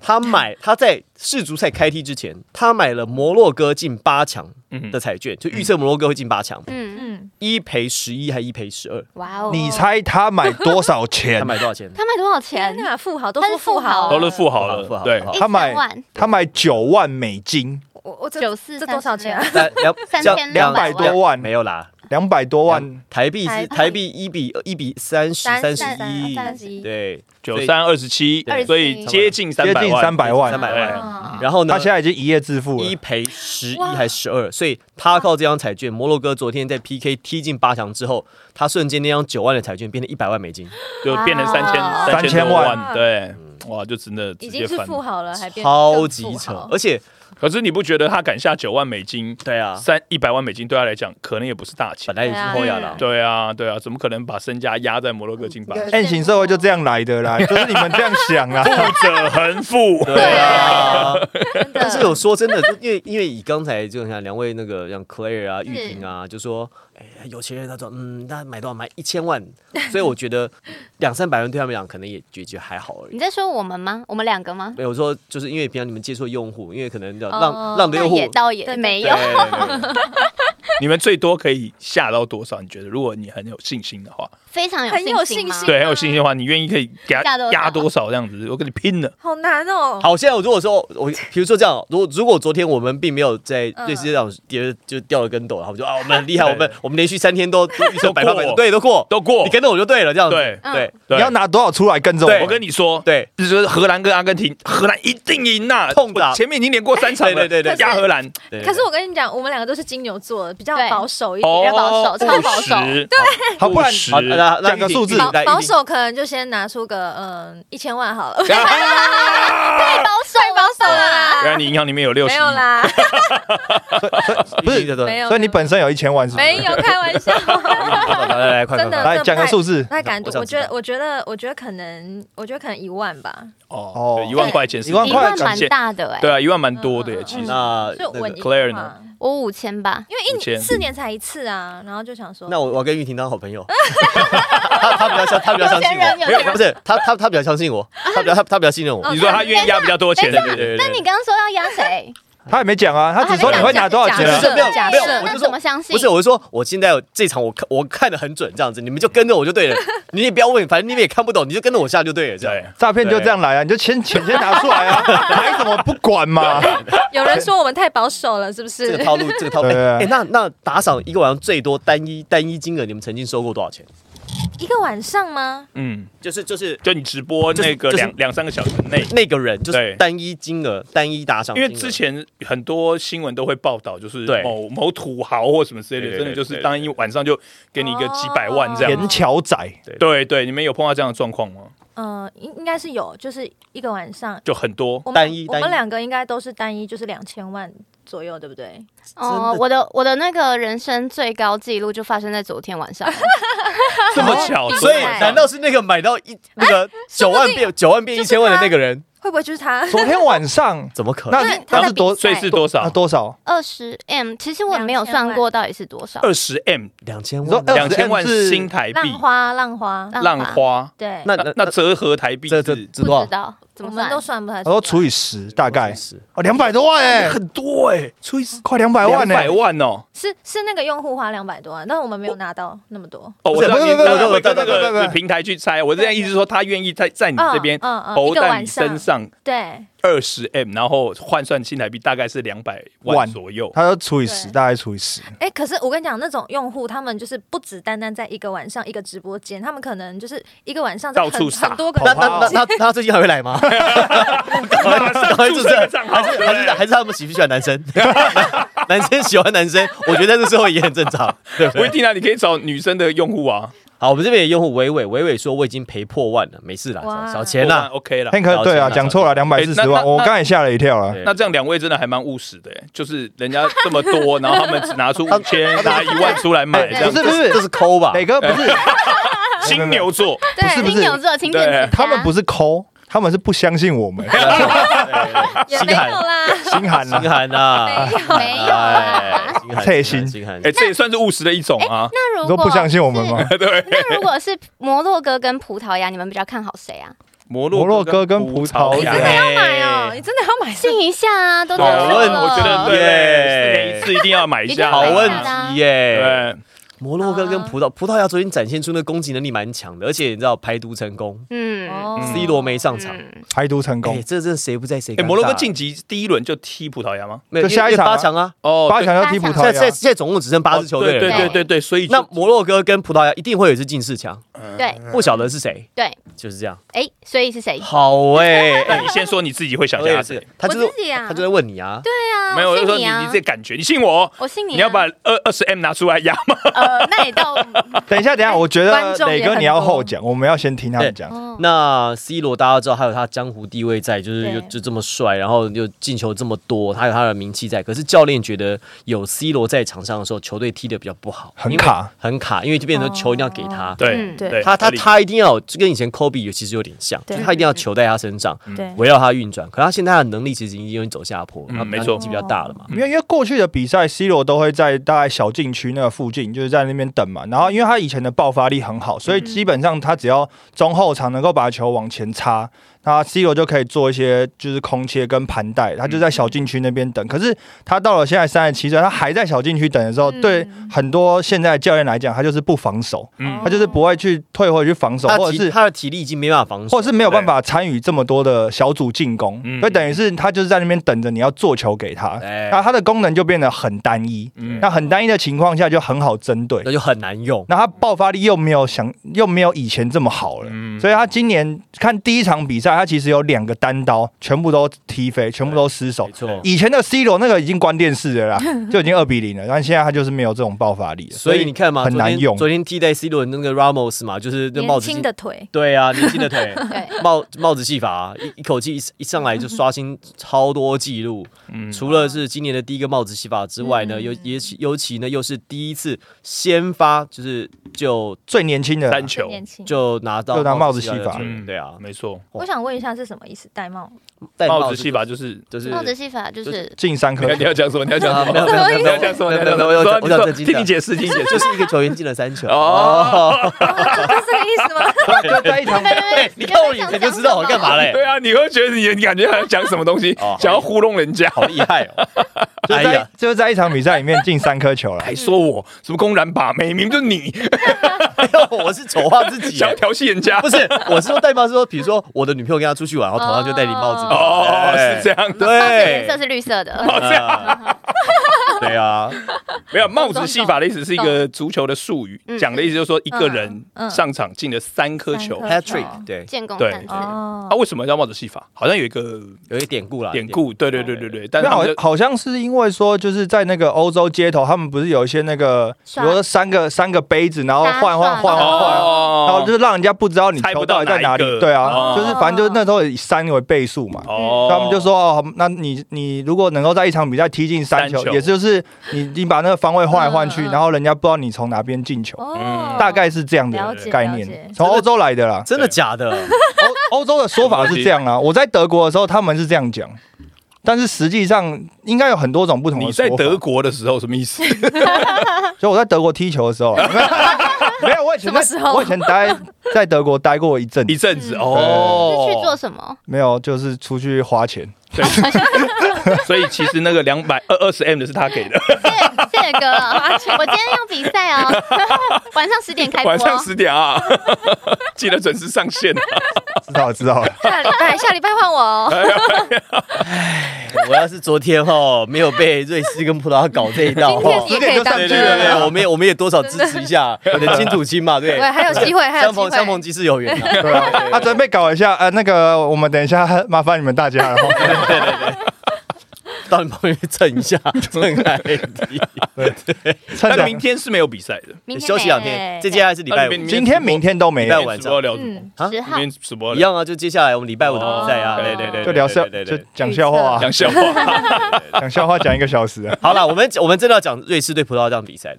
他买他在世足赛开踢之前，他买了摩洛哥进八强嗯的彩券，就预测摩洛哥会进八强，嗯，嗯，一赔十一还一赔十哎二。哇哦，你猜他买多少他钱？买多少钱？他卖多少天钱？哪，富豪都他是是富富豪豪了，都是富豪好富了，豪对好，富豪他买1000万他买九万美金，我我这九四这多少钱啊？三两三这样千两两百百多万，没有啦，两百多万，台币台是币台币一比一比三十三三十三一，三十一对，九三二十七对，所以接近三接百近万三。百万三。百对万。哦然后呢？他现在已经一夜致富一了，赔十一哇还十二，所以他靠这张彩券，摩洛哥昨天在 PK 踢进八强之后，他瞬间那张九万的彩券变成一百万美金，就变成三啊千千多3000万对，哇，就真的直已接经是翻。富豪了，还变超更级富扯豪。而且，可是你不觉得他敢下九万美金，对啊，三一百万美金对他来讲可能也不是大钱本。来也是后亚了，对啊，对啊，怎么可能把身家压在摩洛哥进八强？ N 型社会就这样来的啦，就是你们这样想啊啦。富者恒富，对啊。真的 但是有说真的，就因为因为以刚才就像两位那个像 Claire 啊、玉婷啊，就说，哎，有钱人他说，嗯，他买多少买一千万， 所以我觉得两三百万对他们讲可能也觉得还好而已你。在说我们吗？我们两个吗？没有说，就是因为平常你们接触的用户，因为可能让哦让让的那用户也倒也对没对有，对对 你们最多可以下到多少？你觉得？如果你很有信心的话，非常很有信信吗心对，很有信心的话，你愿意可以给他下多少压多少这样子？我跟你拼了！好难哦。好，现在我如果说我，比如说这样，如果如果昨天我们并没有在嗯对世界上跌就掉了跟斗，然后我就啊，我们很厉害，对我们我们连续三天都都预测百分百都过对都过，都过你跟着我就对了，这样子对嗯对你对要拿多少出来跟着对我我跟你说，对，就是荷兰跟阿根廷，荷兰一定赢呐！痛打我前面已经连过三场了，对对对对压荷兰，对可是我跟你讲，我们两个都是金牛座的，比较对保守一点。哦，比较保守超保守务实好，不然务实好， 那那讲个玉婷数字玉婷保来保玉婷守可能就先拿出个嗯一千万好 了，太啊保守，太保守了啦，原来你银行里面有六十没有亿，啦，不是对对没有，所以你本身有一千万是不没是？有开玩笑，来来来，快快真的快，来讲个数字那敢赌我？想我觉知得，道我觉得，我觉得可能，我觉得可能一万吧，哦哦，一万块钱是一万一块万感蛮谢大的哎、对啊，一万蛮多的耶，嗯其实那就那稳个一 Claire 万呢我五千吧，因为一五千年四年才一次啊，然后就想说，那我我要跟玉婷当好朋友，他他比较相他比较相信有钱人我，有没钱人有不是他他他比较相信我，他比较他他比较信任我哦，你说他愿意压比较多钱，对对对但对你刚刚说要压谁？他也没讲啊，他只说你会拿多少钱不啊是没有假设没有，假设我那就怎说么相信？不是，我是说，我现在有这场我看我看的很准，这样子，你们就跟着我就对 了，你也不要问，反正你们也看不懂，你就跟着我下就对了，这样。对，诈骗就这样来啊，你就先钱先拿出来 啊，买什么不管嘛。有人说我们太保守了，是不这个是？套路，这个套路，对对哎、对哎那那打赏一个晚上最多单一单一金额，你们曾经收过多少钱？ 一个晚上吗？嗯，就是就是就你直播那个就是两两三个小时内。那个人就是对单一金额，单一打赏因金额，为之前很多新闻都会报道，就是对某某土豪或什么之类的，对对对真的就是对对哦当一晚上就给你一个几百万这样田子。桥仔，对对，你们有碰到这样的状况吗？嗯，应应该是有，就是一个晚上，就很多 我们单一我单们一两个应该都是单一，就是两千万左右，对不对？哦真的，我的我的那个人生最高纪录就发生在昨天晚 上，这么巧，所以昨天晚上难道是那个买到一那个九万变九万变一千万的那个人？会不会就是他？昨天晚上怎么可能？那对他那在是多比赛所以是多那少？多少？二十 M，其实我没有2000万算过到底是多少。二十 M，两千你说万啊，两千 20M 万是新台币，浪花，浪花，浪浪花。对，那那那折合台币这这是这不多少？知道怎我么们算都算不太出来。然后除以十，大概是哦，两百多万哎，很多哎，所以快两百两万呢。百万哦。是是那个用户花两百多万，啊但是我们没有拿到那么多。哦，我不知是道你不是不是当然会跟那不是不是不个是平台去猜，我这样意思是说他愿意在在你这边嗯嗯嗯投一个在你晚上身上对，二十 M，然后换算新台币大概是两百万万 左右。他说除以十，对大概除以十，哎，可是我跟你讲，那种用户他们就是不只单单在一个晚上一个直播间，他们可能就是一个晚上在到处很撒很多个啊那跑直那播那间。那他最近还会来吗？ 马上注册个账号，还是还是还是他们喜不喜欢男生？男生喜欢男生，我觉得这社会也很正常，对不对维？蒂娜，你可以找女生的用户啊， 好，我们这边也用户伟伟伟伟说我已经赔破万了，没事啦，哇小小钱那啦。 OK 了。 Hank 对啊，讲错了，两百四十哎那那万，我刚才也吓了一跳了。对那这样两位真的还蛮务实的耶，就是人家这么多，然后他们只拿出五千，拿一万出来买，哎这不是样子不是这是抠 吧？磊哥不是，金牛座，不是 对，金牛座请点对指他们不是是抠，他们是不相信我们， 也心没有寒啦。心寒啊心了。寒呐，没有啦。哎，心寒退心寒心心寒哎，。这也算是务实的一种啊。那你如说果不相信我们吗？对， 那如果是摩洛哥跟葡萄牙，你们比较看好谁啊？摩摩洛哥跟葡萄牙哎牙，要买哦，你真的要买？ 信一下啊，都好得好说问，了我嗯觉得对，哎四耶年一次一定要买一一定下，要好买一下问的啊题哎耶！对，摩洛哥跟葡萄葡萄牙昨天展现出那攻击能力蛮强的，而且你知道排毒成功嗯哦，C 罗没上场，嗯排毒成功哎，，这这谁不在谁尴尬？哎，摩洛哥晋级第一轮就踢葡萄牙吗？没有，就下一因为场啊八强啊，哦八强要踢葡萄现在现在牙，现在总共只剩八支球队了，对对嘛对对对，所以那就摩洛哥跟葡萄牙一定会有一支进四强，嗯对不晓得是谁，对，就是这样。哎，所以是谁？好哎， 那你先说你自己会想对下啊谁是？他就我自己是啊他就在问你啊，对啊，没有，我就我说信你你你啊自己，感觉，你信我，我信你啊，你要把二二十 M 拿出来压吗？呃，那也到等一下等一下，我觉得观众也磊哥很你要多后讲，我们要先听他们讲。 哦那 C 罗大家知道，还有他江湖地位在，就是对又就这么帅，然后又进球这么多，他有他的名气在。可是教练觉得有 C 罗在场上的时候，球队踢得比较不好，很因为卡，很卡，因为就变成哦球一定要给他。对嗯对对，他他合理他一定要有就跟以前 Kobe 有其实有点像，就对是他一定嗯要球在他身上，对，围绕他运转。可他现在的能力其实已经有点走下坡，嗯他比没较错年纪比较大了嘛。因为因为过去的比赛，C 罗都会在大概小禁区那个附近，就是在那边等嘛。然后因为他以前的爆发力很好，所以基本上他只要中后场能够把球往前插，那 C 罗就可以做一些就是空切跟盘带，他就在小禁区那边等。可是他到了现在三十七岁，他还在小禁区等的时候，嗯对很多现在的教练来讲，他就是不防守，嗯他就是不会去退回去防守，他或者体是他的体力已经没办法防守或，者是没有办法参与这么多的小组进攻，嗯所以等于是他就是在那边等着你要做球给他，哎那他的功能就变得很单一。嗯那很单一的情况下就很好针对那，就很难用。那他爆发力又没有想又没有以前这么好了，嗯所以他今年看第一场比赛，他其实有两个单刀全部都踢飞，全部都失手没。错，以前的 C 罗那个已经关电 视了啦，就已经二比零了，但现在他就是没有这种爆发力了，所以你看嘛，很难用昨天昨天替代 C 罗的那个 Ramos 嘛，就是那帽年子轻的腿，对啊，年轻的 腿对帽帽子戏法、啊一一口气一一上来就刷新超多记录。嗯除了是今年的第一个帽子戏法之外呢，嗯尤尤其尤其呢又是第一次先发，就是就最年轻的啦三球，年轻。就拿到就拿帽子戏的法球员嗯对啊，没错，我想问一下是什么意思？戴帽？戴帽子子戏法就是。就是帽子戏法就是进三颗 你要你球要讲什么？你要讲啊什没有么？没有没有你没有要讲什么？没有你要没讲有没什么有我讲你我说讲正你说经听的你，解释，听你解释就。是一个球员进了三球哦，是这个意思吗？就在一 场对， 你看我以前就知道我干嘛嘞对，啊，你会觉得你你感觉好像讲什么东 西哦，想要糊弄人家，好厉害 哦！就哎在呀，就在一场比赛里面进三颗 球了。还说我什么公然把妹，明明就你哎 我是丑化自己想要耶，调戏人家不。是，我是说戴帽是说，比如说我的女朋友跟她出去玩，然后头上就戴顶帽子嘛。哦，哎是这。样的，帽子的颜对色，是绿色的，哦啊对啊，没有帽子戏法的意思是一个足球的术语，嗯讲的意思就是说一个人嗯嗯上场进了三颗球三颗 hat 啊 trick，对，建功对三次。哦啊，，为什么叫帽子戏法？好像有一个有一个典故啦，典。故，对对对对对，但是那他好们就好像是因为说，就是在那个欧洲街头，他们不是有一些那个，比刷如说三个三个杯子，然后大家换换刷换换换，然后哦就是让人家不知道你猜不球到到底在哪哪一个里。对啊哦，就是反正就是那时候以三为倍数嘛。哦他们就说哦，那你你如果能够在一场比赛踢进三三球，球也就是你你把那个方位换来换去，嗯嗯然后人家不知道你从哪边进球，哦嗯大概是这样的了解概了解念，从欧洲来的啦。真的假的？ 欧欧洲的说法是这样啊，我在德国的时候他们是这样讲，但是实际上应该有很多种不同的你说在法。德国的时候什么意思？所以我在德国踢球的时候啊， 没有，我以前在什么时候我以前待在德国待过一阵 一子，阵子嗯哦，是去做什么？没有，就是出去花钱。对，所以其实那个两百二二十 M 的是他给的，谢谢谢谢哥了，我今天要比赛啊， 晚上十点开播晚。上十点啊， 记得准时上线啊。知道了，知道了。 下礼哎拜下礼拜换我哎哦，我要是昨天哈没有被瑞士跟葡萄牙搞这一道今天哈你，也可以当对对真对对，对 的，我们也我们也多少支持一下我的金土亲嘛，对对，，还有机会，还有相机会逢，相逢即是有缘啊。对啊，啊，准备搞一下，呃，那个我们等一下麻烦你们大家了齁。到你旁边去蹭一下，蹭海底。趁但着明天是没有比赛的，明 天哎休息两天，没这接下来是礼拜那五你们今天、明天都没礼拜有五，晚上要聊什么？嗯，啊十号明天什么一？样啊，就接下来我们礼拜五的比赛啊，哦对对对，就聊笑，对对就对对讲笑话啊讲，笑话， 讲笑话讲一个小时啊。好了，我们我们真的要讲瑞士对葡萄牙这场比赛了。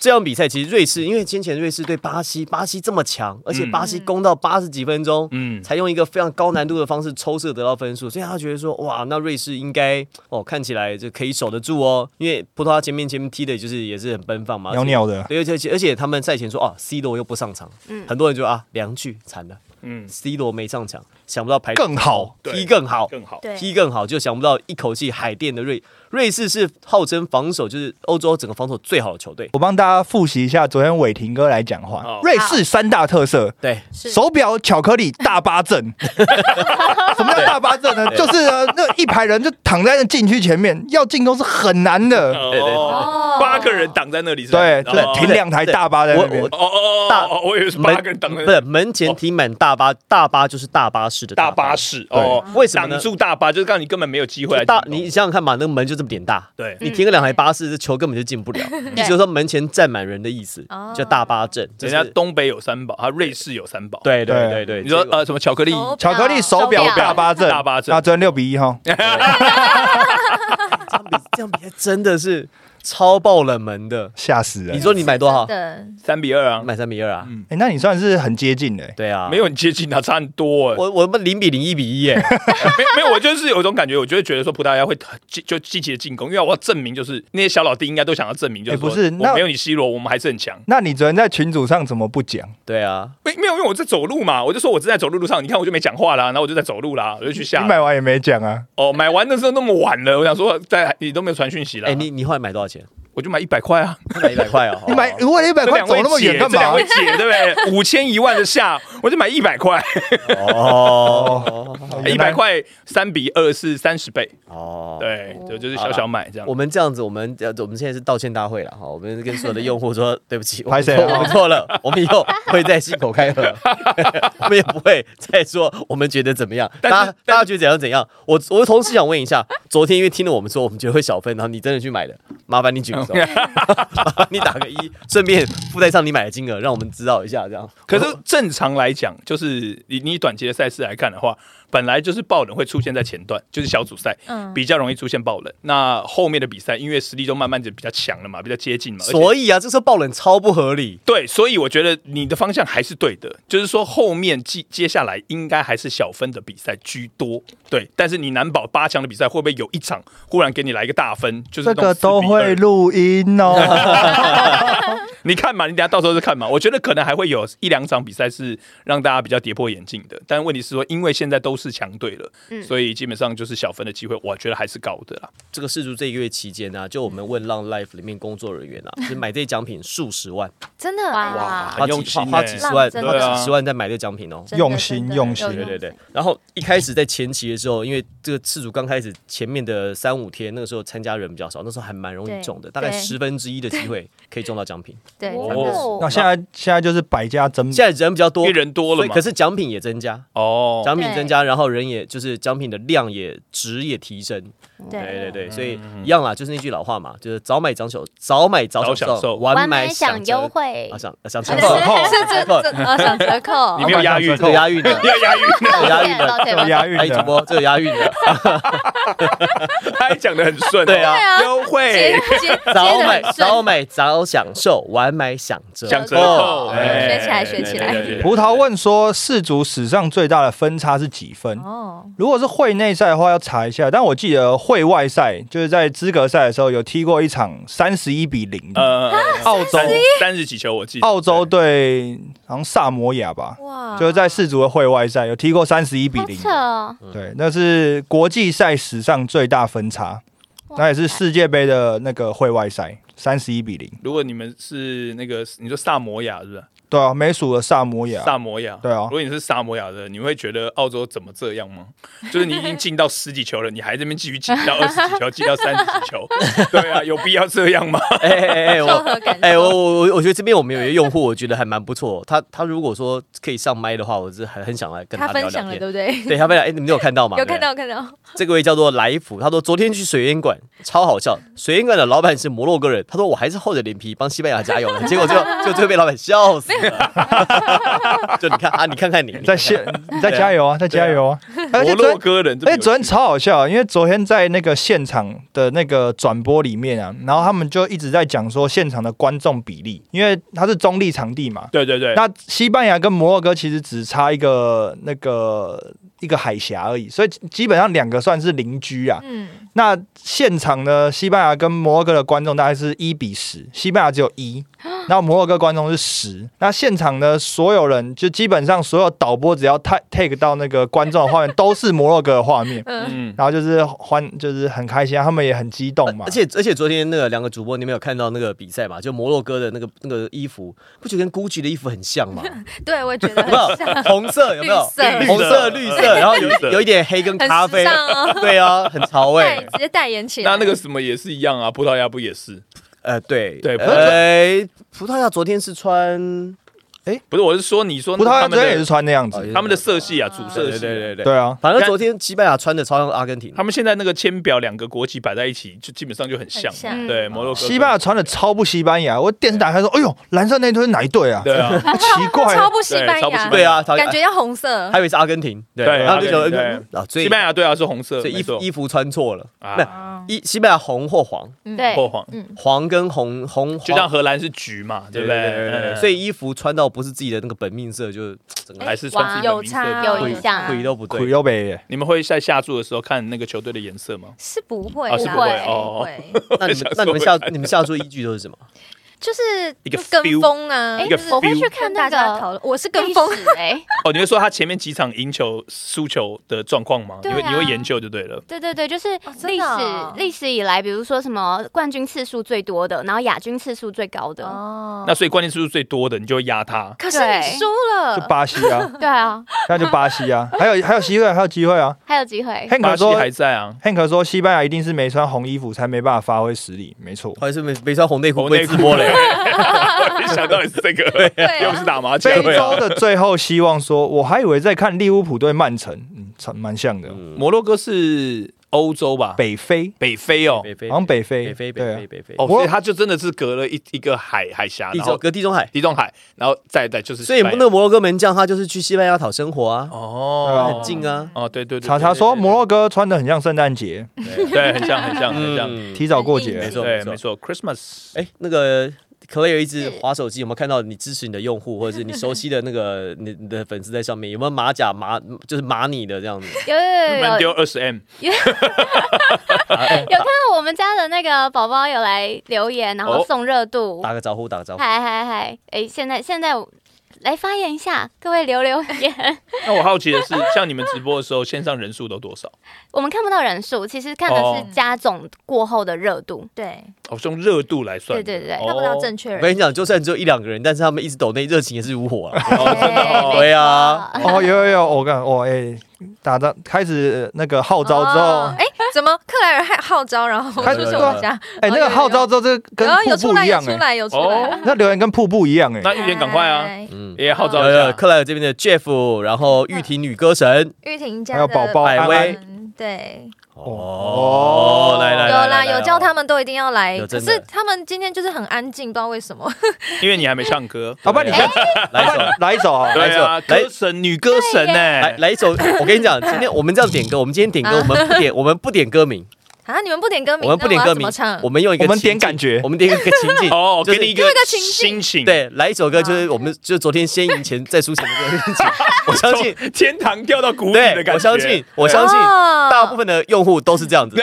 这场比赛其实瑞士，因为先前瑞士对巴西，巴西这么强，而且巴西攻到八十几分钟，嗯，才用一个非常高难度的方式抽射得到分数，所以他觉得说，哇，那瑞士应该哦，看起来就可以守得住哦，因为葡萄牙前面前面踢的就是也是很奔放嘛，鸟鸟的，对，而且而且而且他们赛前说哦，C 罗又不上场，嗯很多人就啊凉剧惨了嗯， ，C 罗没上场，想不到排更好对踢更好，更好。对，踢更好，就想不到一口气海淀的瑞瑞士是号称防守就是欧洲整个防守最好的球队，我帮大家复习一下昨天伟霆哥来讲话好。瑞士三大特色：对是手表、巧克力、大巴阵。什么叫大巴阵呢？对就是呃那一排人就躺在那禁区前面，要进攻是很难 的。对对哦，哦八个人挡在那里是吧，对，然这后停两台大巴在那边我。哦哦大哦哦，我以为是八个人挡在不是门前停满大巴，大巴就是大巴士的大巴巴，士哦，为什么呢挡住大巴？就是告诉你根本没有机会来就进攻大你想想看嘛，那个门就这么点大，对你停个两台巴士，这球根本就进不了，意思就是说门前站满人的意思哦，叫大巴阵，就人是家东北有三宝，他瑞士有三宝。，对对对对，你说结果呃什么巧克力？手巧克力、手表、大巴阵。大巴阵那昨天六比一哈， 这样比这样比赛真的是超爆冷门的，吓死你人。说你买多少？的三比二啊，买三比二啊？哎，那你算是很接近的。对啊，没有很接近啊，差很多哎。我我们零比零一比一耶，没 没有，我就是有一种感觉，我就会觉得说葡萄牙会很积就积极的进攻，因为我要证明就是那些小老弟应该都想要证明，就是哎说不是那我没有你 C 罗，我们还是很强。那你昨天在群组上怎么不讲？对啊，没没有，因为我在走路嘛，我就说我正在走路路上，你看我就没讲话啦，然后我就在走路啦，我就去你下买完也没讲啊？哦，买完的时候那么晚了，我想说在你都没有传讯息啦，哎，你你后来买多少钱？我就买一百块啊，买一百块哦，你买哦如果一百块走那么远干这两嘛位？姐对不对？ 五千一万的下，我就买一百块，哦一百块三比二是三十倍，哦。对，就就是小小买这样我。们这样子，我们呃，我们现在是道歉大会了哈。我们跟所有的用户说对不 起，我拍们谁错啊我们错了，我们以后会再信口开河，我们也不会再说我们觉得怎么样。大但是家大家觉得怎样怎样？我我同时想问一下，昨天因为听了我们说我们觉得会小分，然后你真的去买的，麻烦你举个 手，麻烦你打个一，顺便附带上你买的金额，让我们知道一下这样。可是正常来讲，就是以你短期的赛事来看的话，本来就是爆冷会出现在前段，就是小组赛，嗯比较容易出现爆冷。那后面的比赛，因为实力都慢慢的比较强了嘛，比较接近嘛，而且所以啊，这时候爆冷超不合理。对，所以我觉得你的方向还是对的，就是说后面接接下来应该还是小分的比赛居多，对。但是你难保八强的比赛会不会有一场忽然给你来一个大分，就是这那种个都4比2会录音哦。你看嘛，你等下到时候就看嘛。我觉得可能还会有一两场比赛是让大家比较跌破眼镜的，但问题是说，因为现在都是强队了，嗯所以基本上就是小分的机会，我觉得还是高的啦。这个试出这一个月期间呢、啊就我们问浪 life 里面工作人员啊，就是买这些奖品数十万，真的啊哇哇，花很几用心花花欸几十万，真的花几十万在买这个奖品哦。真的用心真的用心有对对对心，然后一开始在前期的时候，因为这个次主刚开始前面的三五天，那个时候参加人比较少，那时候还蛮容易中的，大概对十分之一的机会可以中到奖品。对，哦真的哦那现在现在就是百家争鸣，现在人比较多，因为人多了所以嘛可是奖品也增加，哦，奖品增加，然后人也就是奖品的量也值也提升。对对对对，所以一样啦，就是那句老话嘛，就是早买早享受，早买早早享享受晚完买美享优优惠啊，，享享折 是扣， 这这这呃想折扣你，没有押韵，有押韵的，要押韵。有抱押歉韵的。抱歉，抱有歉押韵哎，主的。 播，这有押韵的，他也讲的很顺哦，对啊优接惠接 早接买的早买早享受，晚买享折讲折扣哦扣，哎哦学起来学起来葡萄问说，世足史上最大的分差是几分？哦，如果是会内赛的话，要查一下。但我记得会外赛就是在资格赛的时候有踢过一场三十一比零的，呃，啊澳洲三三十几球我记得，澳洲对好像萨摩亚吧，哇，就是在世足的会外赛有踢过三十一比好零，扯哦，对，那是国际赛史上最大分差，嗯哇那也是世界杯的那个会外赛三十一比零，如果你们是那个，你说萨摩亚是不是？对啊，美属的萨摩亚，萨摩亚。对啊如，果你是萨摩亚的，你会觉得澳洲怎么这样吗？ 就是你已经进到十几球了，你还这边继续进到二十几球，进到三十几 球，对啊，有必要这样吗？哎哎哎，综我合感受。哎、我我我我觉得这边我们有一个用户，我觉得还蛮不错。他他如果说可以上麦的话，我是很很想来跟他聊分聊享了，天。对不对？对他分享，哎、你们有看到吗？有看到看到，这个位叫做来福，他说昨天去水烟馆超好笑，水烟馆的老板是摩洛哥人，他说我还是厚着脸皮帮西班牙加油的，结果就就最后被老板笑死了。 就你看啊，你看看 你，你再看先你再加油啊，再加油啊！ 而摩且昨洛天，哥人这而且么有，昨天超好笑，啊因为昨天在那个现场的那个转播里面啊，然后他们就一直在讲说现场的观众比例，因为它是中立场地嘛。对对对，那西班牙跟摩洛哥其实只差一个那个一个海峡而已，所以基本上两个算是邻居啊。嗯，那现场的西班牙跟摩洛哥的观众大概是一比十，西班牙只有一，然后摩洛哥观众是十。那现场的所有人，就基本上所有导播只要 take take 到那个观众的画面，都是摩洛哥的画面，嗯，嗯，然后就是欢，就是很开心啊，他们也很激动嘛而。且而且昨天那个两个主播，你们有看到那个比赛吧？就摩洛哥的那个那个衣服，不觉得跟 GUCCI 的衣服很像 吗？对，我也觉得有很没有红色？有没有绿色红色、绿色，然后有绿色有一点黑跟咖很时啡，尚哦，对啊，很潮哎、代直接代言起来。那 那个什么也是一样啊，葡萄牙不也是？呃，对对葡萄哎，葡萄牙昨天是穿不是，我是说，你说葡萄牙他昨们天也是的穿那样子，哦他们的色系啊，主色对对系，对对对，对啊，反正昨天西班牙穿的超像阿根廷，他们现在那个签表两个国籍摆在一起，就基本上就很像很，像对，摩洛哥跟西班牙穿的超不西班牙。我电视打开说，哎呦，蓝色那队是哪一队啊？ 对啊，奇怪，超不西班对超不西牙，班对啊，感觉要红色还。以为是阿根廷，对，对然后就阿根廷觉得啊，所以西班牙对啊是红色，所以没衣服错衣服穿错了，啊，哦一西班牙红或黄，嗯对破黄，黄跟红红就像黄，荷兰是橘嘛，对对不对对？对对对，嗯所以衣服穿到不是自己的那个本命色，就整个还是算哎是一个哎有名色差的有对影响腿都不苦对。又北。你们会在下注的时候看那个球队的颜色吗？是不会啊啦，哎是不会哦 不会那你们那你们下你们下注依据都是 什么？就是一个就跟 feel，风啊，一个就是 feel 我会去哎看跟大那家讨个论，我是跟风历，史哎，哦，你会说他前面几场赢球、输球的状况吗？你对啊会你会研究就对了。对对对，就是哦真历的史哦历史以来，比如说什么冠军次数最多的，然后亚军次数最高的，哦那所以关键次数最多的，你就会压他。可是你输了就，巴西啊，对啊，那就巴西啊，还有还有机会，还有机会啊。还有 机会。 Hank 巴西说还在 啊， ，Hank 说西班牙一定是没穿红衣服才没办法发挥实力，没错。还是没没穿红内裤红被内自裤摸嘞？ 嘞，我没想到也是这个，对啊 又不是打麻将非。对啊洲的最后希望说，我还以为在看利物浦对曼城，嗯，蛮蛮像的。嗯摩洛哥是欧洲吧？北非，北非哦，北非好像北非，北非对北啊非北非哦，摩所以他就真的是隔了一一个海海峡，地然中后隔地中海，地中海，然后再再就是所以西班牙那个摩洛哥门将他就是去西班牙讨生活啊，哦，很近啊。哦，对对对，查查说摩洛哥穿的很像圣诞节，对，很像很像很像，嗯，提早过很节应景。对，没错，Christmas，哎，那个 Claire 一直划手机，有没有看到你支持你的用户，或者是你熟悉的那个你你的粉丝在上面有没有马甲马就是马你的这样子？有有有曼有，丢二十 M，有看到我们家的那个宝宝有来留言，然后哦送热度，打个招呼，打个招呼。嗨嗨嗨！哎，现在现在我来发言一下，各位留留言，那我好奇的是，像你们直播的时候，线上人数都多少？我们看不到人数，其实看的哦是加总过后的热度，对，哦，是用热度来算的，对对对看不到正确我跟人，你讲，就算只有一两个人，但是他们一直抖内热情也是如火啊。 哦，哦真的哎哦，对啊，没错哦，有有有，我看，哦，哎，打到开始那个号召之后哦，哎，怎么克莱尔还号召，然后开出是始我们家，哎，那有个哦有号召之后，这个跟然后有瀑出布来一有样，出哎，来有出哦来，那留言跟瀑布一样，哎，那预言赶快啊，哎！ 嗯，也号召一呃，下，克莱尔这边的 Jeff，然后玉婷女歌神，玉婷家还有的嗯宝宝百安威安嗯对，哦，来来有来来啦，来有来叫他们都一定要来，有可真是的他们今天就是很安静，不知道为什么。因为你还没唱歌。好吧，你先来一首，来一首啊，对啊，来歌神女歌神哎呢、来来一首。我跟你讲，今天我们这样点歌，我们今天点歌，我们不点，我们不点歌名，啊，你们不点歌名，我们 不点那我歌要怎名么唱？，我们用一个我们情点感觉我们点一个情境。哦，就是给你一个就那个情心境情，，对，来一首歌，就是好我们就昨天先赢前再输钱的这个情景。我相信，从天堂掉到谷底的对感觉。我相信，我对相信哦大部分的用户都是这样 子。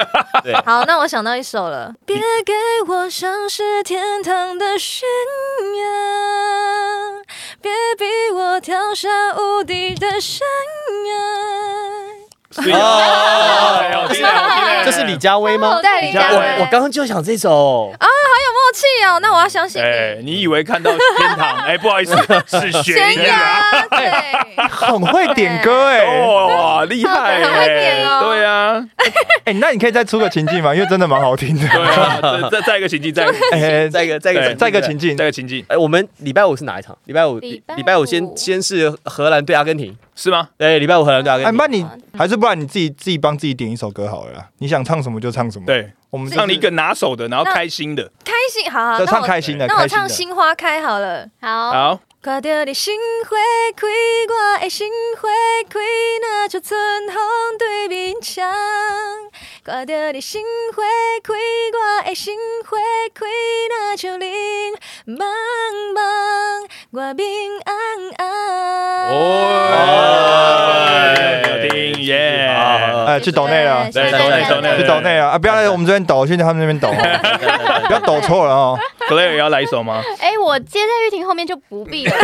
对，好，那我想到一首了，别给我像是天堂的悬崖，别逼我跳下无底的山崖。是啊，哎呦听起来好听欸哦这是李佳薇吗？对哦李佳薇我我刚刚就想这首，默契哦，那我要相信哎你。，你以为看到天堂？哎，不好意思，是悬悬崖。崖，哎对，很会点歌哎，哦，哇，厉害好会哎点！哦对啊，哎，那你可以再出个情境吗？因为真的蛮好听的。对啊，再再再一个情境，再一个情哎，再一 个再一对个再一个情境境再一，个情境，哎，我们礼拜五是哪一场？礼拜五，礼礼拜礼拜五先五先是荷兰对阿根廷，是吗？对，礼拜五荷兰对阿根哎，廷。那你嗯还是不然你自己自己帮自己点一首歌好了啦，你想唱什么就唱什么。，对，我们唱你一个，个拿手的，然后那开心的。开心，好好，就那唱我开心的，那我开唱《心的。心花开》哦好了。好，好，看到你心花开，我的心花开，若像春风对面唱。看到你心花开，我的心花开，若像恁茫茫，我明暗暗。哦，好听耶！好哎，去抖内了，谢对谢大家抖内抖内去抖内了啊！不要来我们这边抖，去他们那边抖，哦不要抖错了哦。 Claire 要来一首吗？哎，我接在玉婷后面就不必了，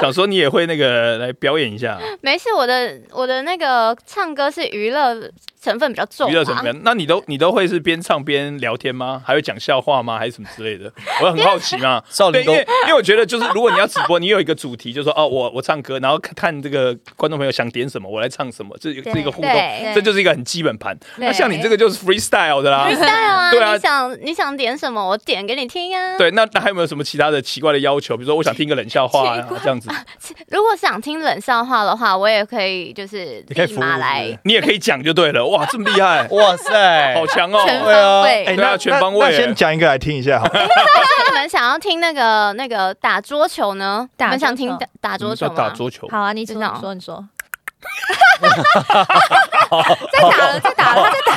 想说你也会那个来表演一下，没事，我的我的那个唱歌是娱乐成分比较重，啊娱乐什 么的？那你都你都会是边唱边聊天吗？还会讲笑话吗？还是什么之类的？我很好奇嘛。少对，林宫因为因为我觉得就是如果你要直播，你有一个主题，就是说哦，我我唱歌，然后看看这个观众朋友想点什么，我来唱什么，这对是一个互动，对这就是一个很基本盘。对那像你这个就是 freestyle 的啦。 freestyle 啊，对啊你想你想点什么，我点给你听啊。对，那那还有没有什么其他的奇怪的要求？比如说我想听个冷笑话奇啊怪，这样子，如果想听冷笑话的话，我也可以就是你可以立服务马是不来是你也可以讲就对了。哇，这么厉害，哇塞，好强哦！全对啊方位。哎， 对啊那全方位那那耶先讲一个来听一下好了，那你们想要听那个那个打桌球呢？打你们想桌球听打打桌嗯叫球吗？打桌球，好啊，你说真的哦你说你说。在打了，在打了，在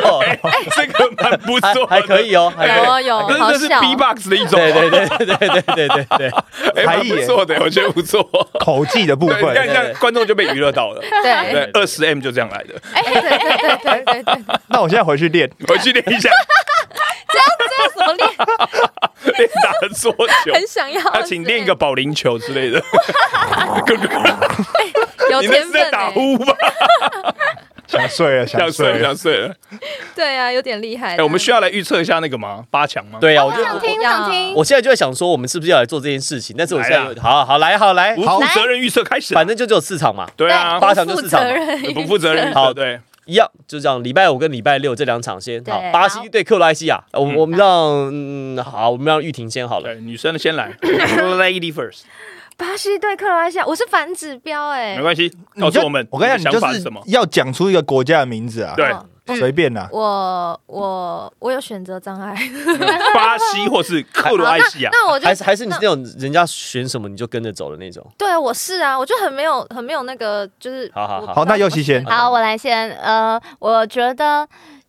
哦， 这个蛮不还错，还 可。以哦，还可打以。了，有有，好这哎是笑。 B-box 的一种，对对对对对对对对， 哎，蛮才艺不耶错的，我觉得 不错。口技的部对，你看分。这样观众就被娱乐到了。对，对，二十 M 就这样来的，哎，对对对对对对，那我现在回去练，回去练一下， 这是什么练？练打桌球。很想要。啊，请练一个保龄球之类的。哥哥，有你那天是分在打哎。呼吧？想睡了，想想睡睡了，了想。睡了。对啊，有点厉害。哎，我们需要来预测一下那个吗？八强吗？，对呀，我就想听要想听，我现在就在想说，我们是不是要来做这件事情？但是我现在来有好好来好来无，好负，责任预测开始。反正就只有四场嘛，对啊，八场不就负四场责嘛，任，不负责任预测，好对，一样就这样。礼拜五跟礼拜六这两场先对好，巴好西对克罗埃西亚，我嗯我们让嗯好，我们让玉婷先好了。对，女生的先来，Lady first，巴西对克罗埃西亚，我是反指标哎没。关系，你告诉就我们，我跟你的讲，想你法就是是什么？要讲出一个国家的名字啊，对，哦随便啦。我我我有选 择障碍。巴西或是克罗埃西亚，那我就还是还是你那是那种人家选什么你就跟着走的那种，对啊，我是啊，我就很没有很没有那个，就是好好好好那尤其先好，我来先。呃，我觉得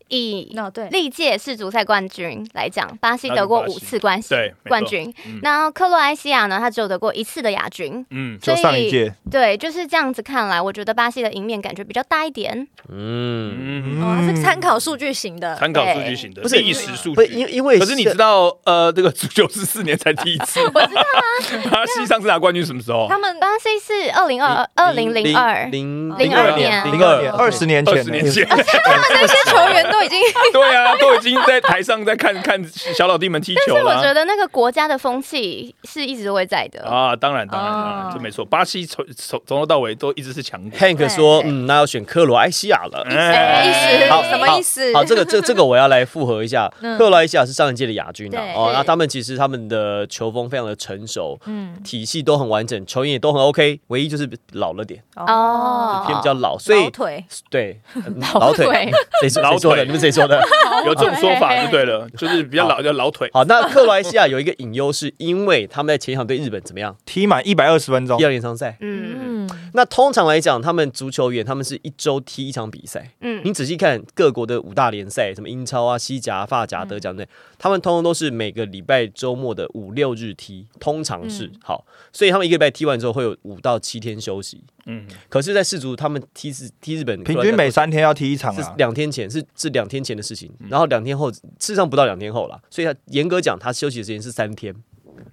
以那对历届世足赛冠军来讲，巴西那就得过巴西五次冠军对，没冠错，军嗯。那克罗埃西亚呢？他只有得过一次的亚军。嗯，就上一届，对，就是这样子看来，我觉得巴西的赢面感觉比较大一点。嗯，嗯，哦，它是参考数据型的。参考数据型的，不是嗯历史数不是因据。因为可是你知道，呃，这个足球是四年才踢一次，我知道啊。巴西上次拿冠军什么时候？他们巴西是二零二二零零二，零零二年零二年，哦二十年二前，十年前，那些球员都都已经， 对啊，都已经在台上在看看小老弟们踢球但是我了啊觉得那个国家的风气是一直都会在的。啊！当然，当然，哦当然，这没错。巴西从从从头到尾都一直是强国。 Hank 说，对嗯，那要选克罗埃西亚了。哎意思好，什么好意思好，这个这这个我要来复合一下。克罗埃西亚是上一届的亚军啊对，哦，对那他们其实他们的球风非常的成熟， 嗯，体系都很完整，球员也都很 OK，唯一就是老了点，哦偏比较老，所以嗯啊老腿 对嗯老腿腿，谁说老谁说的？腿你们谁说的？有这种说法就对了，就是比较老叫老腿。好，那克罗埃西亚有一个隐忧，是因为他们在前一场对日本怎么样？踢满一百二十分钟第，二连场赛。嗯嗯，那通常来讲，他们足球员他们是一周踢一场比赛。嗯你仔细看各国的五大联赛，什么英超啊、西甲啊、法甲、嗯德甲等等，他们通通都是每个礼拜周末的五六日踢，通常是、嗯好，所以他们一个礼拜踢完之后会有五到七天休息。嗯，可是，在世足他们踢是踢日本，平均每三天要踢一场是啊。嗯两天前是是两天前的事情，然后两天后，事实上不到两天后啦，所以他严格讲，他休息的时间是三天。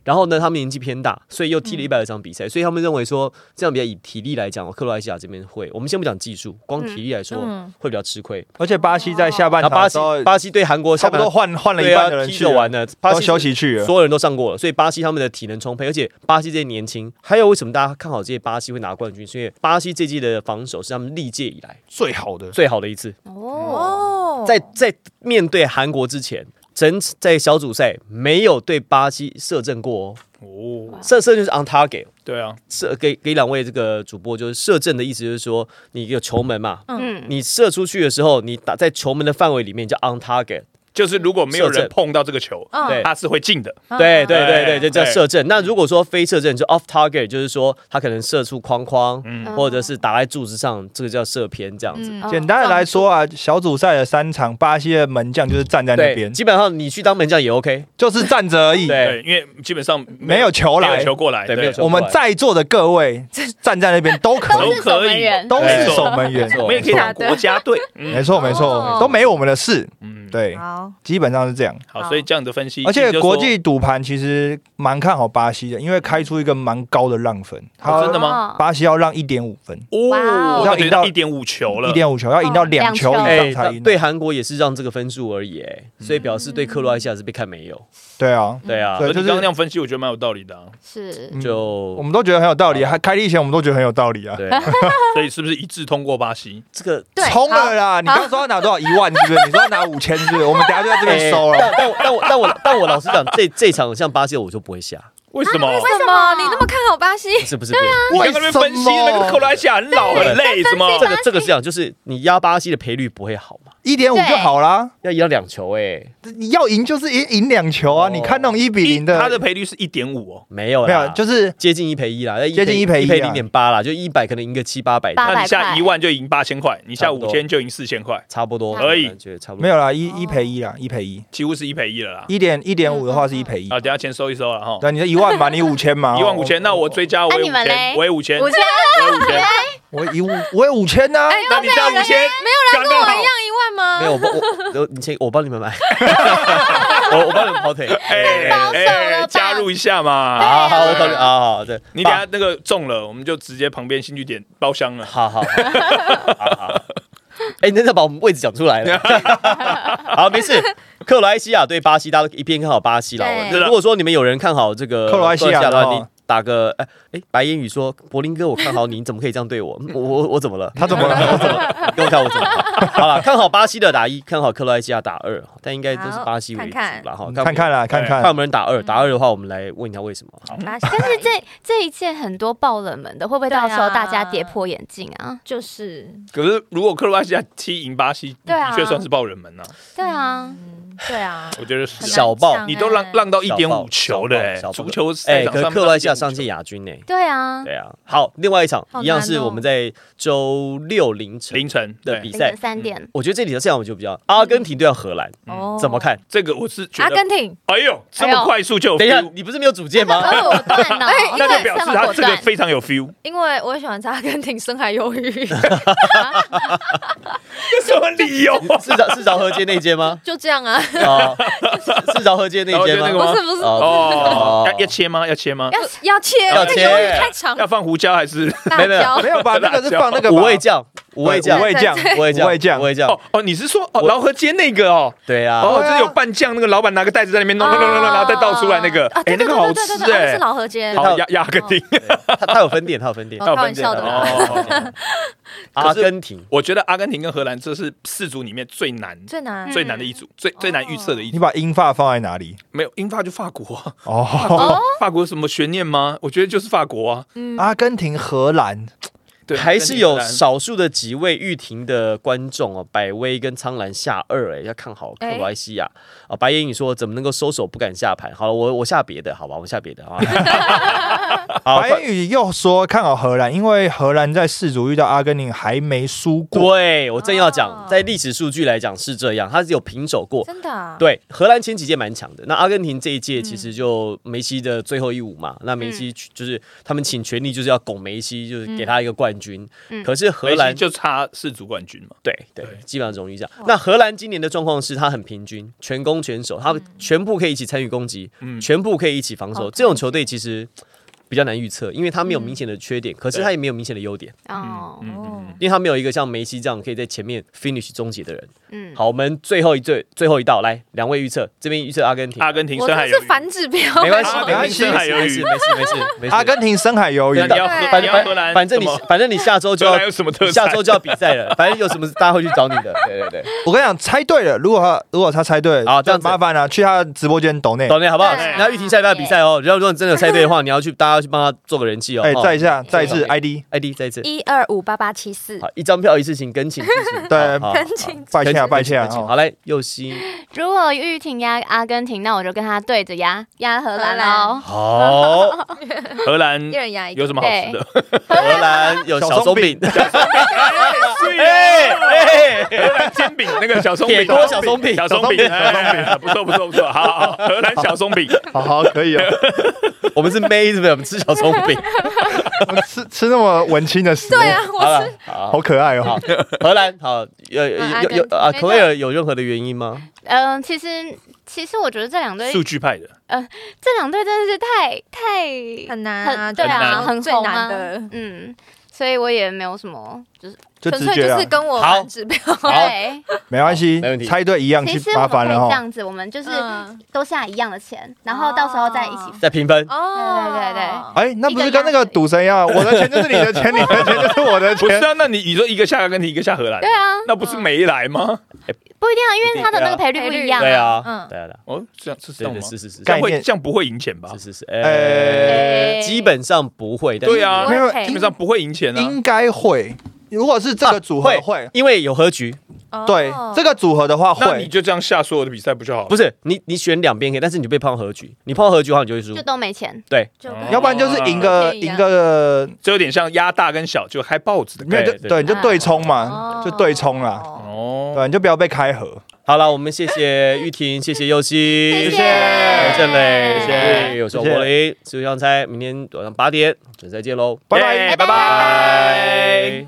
然后呢，他们年纪偏大，所以又踢了一百二场比嗯赛，所以他们认为说这样比较以体力来讲，克罗埃西亚这边会，我们先不讲技术，光体力来说、嗯嗯会比较吃亏。而且巴西在下半然后场巴的西时候，巴西对韩国差下不半多换换了对一半的啊，人踢去着了完，了，巴都西休息去了。所有人都上过了，所以巴西他们的体能充沛，而且巴西这些年轻，还有为什么大家看好这些巴西会拿冠军？是因为巴西这季的防守是他们历届以来最好的最好的一次。哦，哦，在在面对韩国之前，整在小组赛没有对巴西射正过哦，啊哦，射正就是 on target。对啊，射给给两位这个主播，就是射正的意思，就是说你有球门嘛，嗯，你射出去的时候，你打在球门的范围里面叫 on target。就是如果没有射人正碰到这个球，嗯对他是会进的。嗯对对对嗯对对，这叫对射正。那如果说非射正，就 off target，就是说他可能射出框框，嗯或者是打在柱子上，这个叫射偏这样子。嗯哦简单的来，说啊，小组赛的三场，巴西的门将就是站在那对，边，基本上你去当门将也 OK。就是站着而已，对对，因为基本上没有球没有来。球过来，对没有球我们在座的各位站在那边都可都以是，守可门以，员都没是错守门员没，错我们也可以没错打国家队。没嗯错没哦错，都没我们的事。嗯，对，好，基本上是这样。好，所以这样的分析，而且就是说国际赌盘其实蛮看好巴西的，因为开出一个蛮高的让分，哦他真的吗？哦巴西要让一点五分，哇哦，哦那等要于赢到到一点五球了，一点五球要赢到哦两球以上两球哎，才那赢。对韩国也是让这个分数而已，哎，所以表示对克罗埃西亚是被看没有。对啊，对啊对，而且就你刚刚那是样分析，我觉得蛮有道理的啊。是嗯我就们都觉得很有道理，还啊开立前我们都觉得很有道理啊。 对所以是不是一致通过巴西？这个对冲了啦！你刚刚说要拿多少？一万是不是？你说要拿五千是不 是？我们等下就在这边收了。哎但但我但我但我但我老实讲，这这场像巴西的我就不会下，为什么？为什么你那么看好巴西？不是不是不是，你刚刚那边分析那个克罗埃西亚很老很累，什啊么这？个这个是这样，就是你压巴西的赔率不会好嘛，一点五就好啦，要赢到两球哎，你要赢就是赢赢两球啊！哦你看那种一比一零的，他的赔率是一点五哦。没有没啦有，就是接近一赔一啦，接近一赔一啊一赔零点八啦，就一百可能赢个七八百，八那百你下块一万就赢八千块，你下差不五多千就赢四千块，差不多可以感觉差不多没有啦，一哦一赔一啦，一赔一，几乎是一赔一了啦。一点一点五的话是一赔一。啊，等下钱收一收了哈，对，哦你说一万嘛，你五千嘛， 一万五千，那我追加我那也你五们嘞千，我也五千，五千我也五千，我一五，我有五千啊呢。哎那你加五千，没有人跟我一样一万吗？没有，我帮我我你先我帮你们买， 我我帮你们跑腿。哎保守了吧加入一下嘛。好好，我考虑啊，好好对，你等下那个中了，我们就直接旁边新据点包厢了。好好，好好好。哎、你真的把我们位置讲出来了。好，没事。克罗埃西亚对巴西，大家都一边看好巴西啦。对我如果说你们有人看好这个克罗埃西亚克的话罗埃西你打个哎哎、白言语说：“柏林哥，我看好你，你怎么可以这样对我？我我我怎么了？他怎么了？你给我看我怎么了？好了，看好巴西的打一，看好克罗埃西亚打二，但应该都是巴西为主啦。哈，看看啦，看看有看。哎没有人打二，打二的话，我们来问一下为什么。巴西，但是这这一届很多爆冷门的，会不会到时候对啊大家跌破眼镜啊？就是可是如果克罗埃西亚踢赢巴西，对啊的确算是爆冷门呐。对啊，对啊，我觉得是很小爆难讲你都让哎让到一小点爆五球的、欸小，爆小足爆球哎、赛场可是上克罗埃西亚上面届亚军呢、对啊，对啊，好，另外一场好一样难哦是我们在周六凌晨凌晨的对比凌赛晨，三点，我觉得这里的赛场我就比较阿根廷对到荷兰，哦怎么？看？这个我是觉阿得，根廷，哎呦，这哎么呦快速就有等一下， feel，你不是没有主见吗？果断哦，那就表示他这个断。非常有 feel。因为我喜欢吃阿根廷深海鱿鱼，？这什么理由啊？是找是找河街那间吗 就这样啊，啊，是是找河街那间然后就那个吗？吗 不是不是，哦哦，要要切吗？要切吗？要要切，要切那个鱿鱼太长，要放胡椒还是？辣没有没有椒没有吧？那个是放那个吧五味酱，五味酱哦五，味酱，五味酱，五味酱五味酱哦，哦，你是说哦我劳合街那个哦？对啊，哦，对啊就是有拌酱，那个老板拿个袋子在那边弄弄弄弄，弄然后再倒出来那个哦啊，哎对，那对对个好对对吃对对，哦哎是，老河街，好压压个哦丁，它它有分店，它有分店啊哦，开玩笑的啦，哦，阿根廷。我觉得阿根廷跟荷兰这是四组里面最难、最难最难的一组，最最难预测的一你组。把英发放在哪里？没有英法就法国啊，哦，法国有什么悬念吗？我觉得就是法国啊， 阿根廷、荷兰，对，还是有荷兰少数的几位玉婷的观众哦，百威跟苍兰下二哎，要看好克罗埃西亚啊。白眼影说怎么能够收手不敢下盘？好了，我我下别的，好吧，我下别 的啊。好，白宇又说看好荷兰，因为荷兰在世足遇到阿根廷还没输过。对我正要讲哦，在历史数据来讲是这样，它是有平手过，真的啊，嗯对，荷兰前几届蛮强的，那阿根廷这一届其实就梅西的最后一舞嘛，那梅西就是他们请全力就是要拱梅西，就是给他一个冠军。嗯可是荷梅西兰就差世足冠军嘛，对对对，基本上容易这样。那荷兰今年的状况是他很平均，全攻全守，他们全部可以一起参与攻击，嗯全部可以一起防守。哦这种球队其实比较难预测，因为他没有明显的缺点，可是他也没有明显的优点，哦，嗯哦，因为他没有一个像梅西这样可以在前面 finish 终结的人。嗯，好，我们最后一最最后一道来，两位预测，这边预测阿根廷。嗯阿根廷我深海这有是反指标，没关系 哦啊，没关系，没关系没事，没事，没事，没事。阿根廷深海鱿对鱼你，要对荷反你要荷兰反反什么，正你反正你下周就荷要兰有什么特你产？下周就要比赛了，反正有什么事大家会去找你的。对对对，我跟你讲，猜对了。如果他如果他猜对了，好这样就子麻烦啊了，去他的直播间抖内。懂了好不好？对然后玉婷下礼拜比赛哦，然后如果你真的有猜对的话，你要去大家去帮他做个人气哦。哎，哦再一下，再一次对 ID， ID 再一次，一二五八八七四，好，一张票一次性跟请自己，对好好跟 请拜歉啊，拜歉啊跟。请哦好来，右心，如果玉婷压阿根廷，那我就跟他对着压压荷兰哦喽。好，哦荷兰一人压一有个，什么好吃的？荷兰有小松 饼，哎哎，荷兰煎饼那个小松铁饼，啊锅小松饼，小松饼，哎哎哎不错不错不错，好好好，荷兰小松饼，好 好，可以啊。我们是妹子，我们吃小松饼。我们吃吃那么文青的食物，对啊，好 我了是，好好可爱哦好。，荷兰好，有有嗯有有阿根啊，没可威尔有任何的原因吗？嗯，其实其实我觉得这两队数据派的，这两队真的是太太很难啊，很对啊，很很最红难啊的，嗯，所以我也没有什么就是就纯直粹觉就啊是，跟我好反指标，好对。没关系没问题，猜对一样其去实我麻们可烦以了这哈。样子，我们就是 嗯都下一样的钱，然后到时候再一起在评分，哦，对对对哎，那不是跟那个赌神一样，我的钱就是你的钱，你的钱就是我的不是钱。啊？那你你说一个下阿根廷，一个下荷兰，对啊，那不是没来吗？不一定啊，因为他的那个赔率不一样。对啊，嗯对啊，对啊哦，这样是这对样吗对？是是是，这概样会念这样不会赢钱吧是？是是，呃哎呃，基本上不会，但是对啊，没有对基本上不会赢钱啊。应该会，如果是这个组合啊会，因为有和局，哦对这个组合的话那你会。就这样下所有的比赛不就好了？不是你你选两边可以，但是你就被碰到和局，你碰到和局的话你就会输就，都没钱，对，就哦要不然就是赢个跟赢以前啊一样个，这有点像压大跟小就开豹子的没有就对对，你就对冲嘛哦，就对冲啦，哦哦。对，你就不要被开合。好了，我们谢谢玉婷，谢 谢佑希，谢谢郑磊，谢谢我是王谢谢柏林，是杨猜，明天晚上八点准时再见喽，拜拜耶拜拜。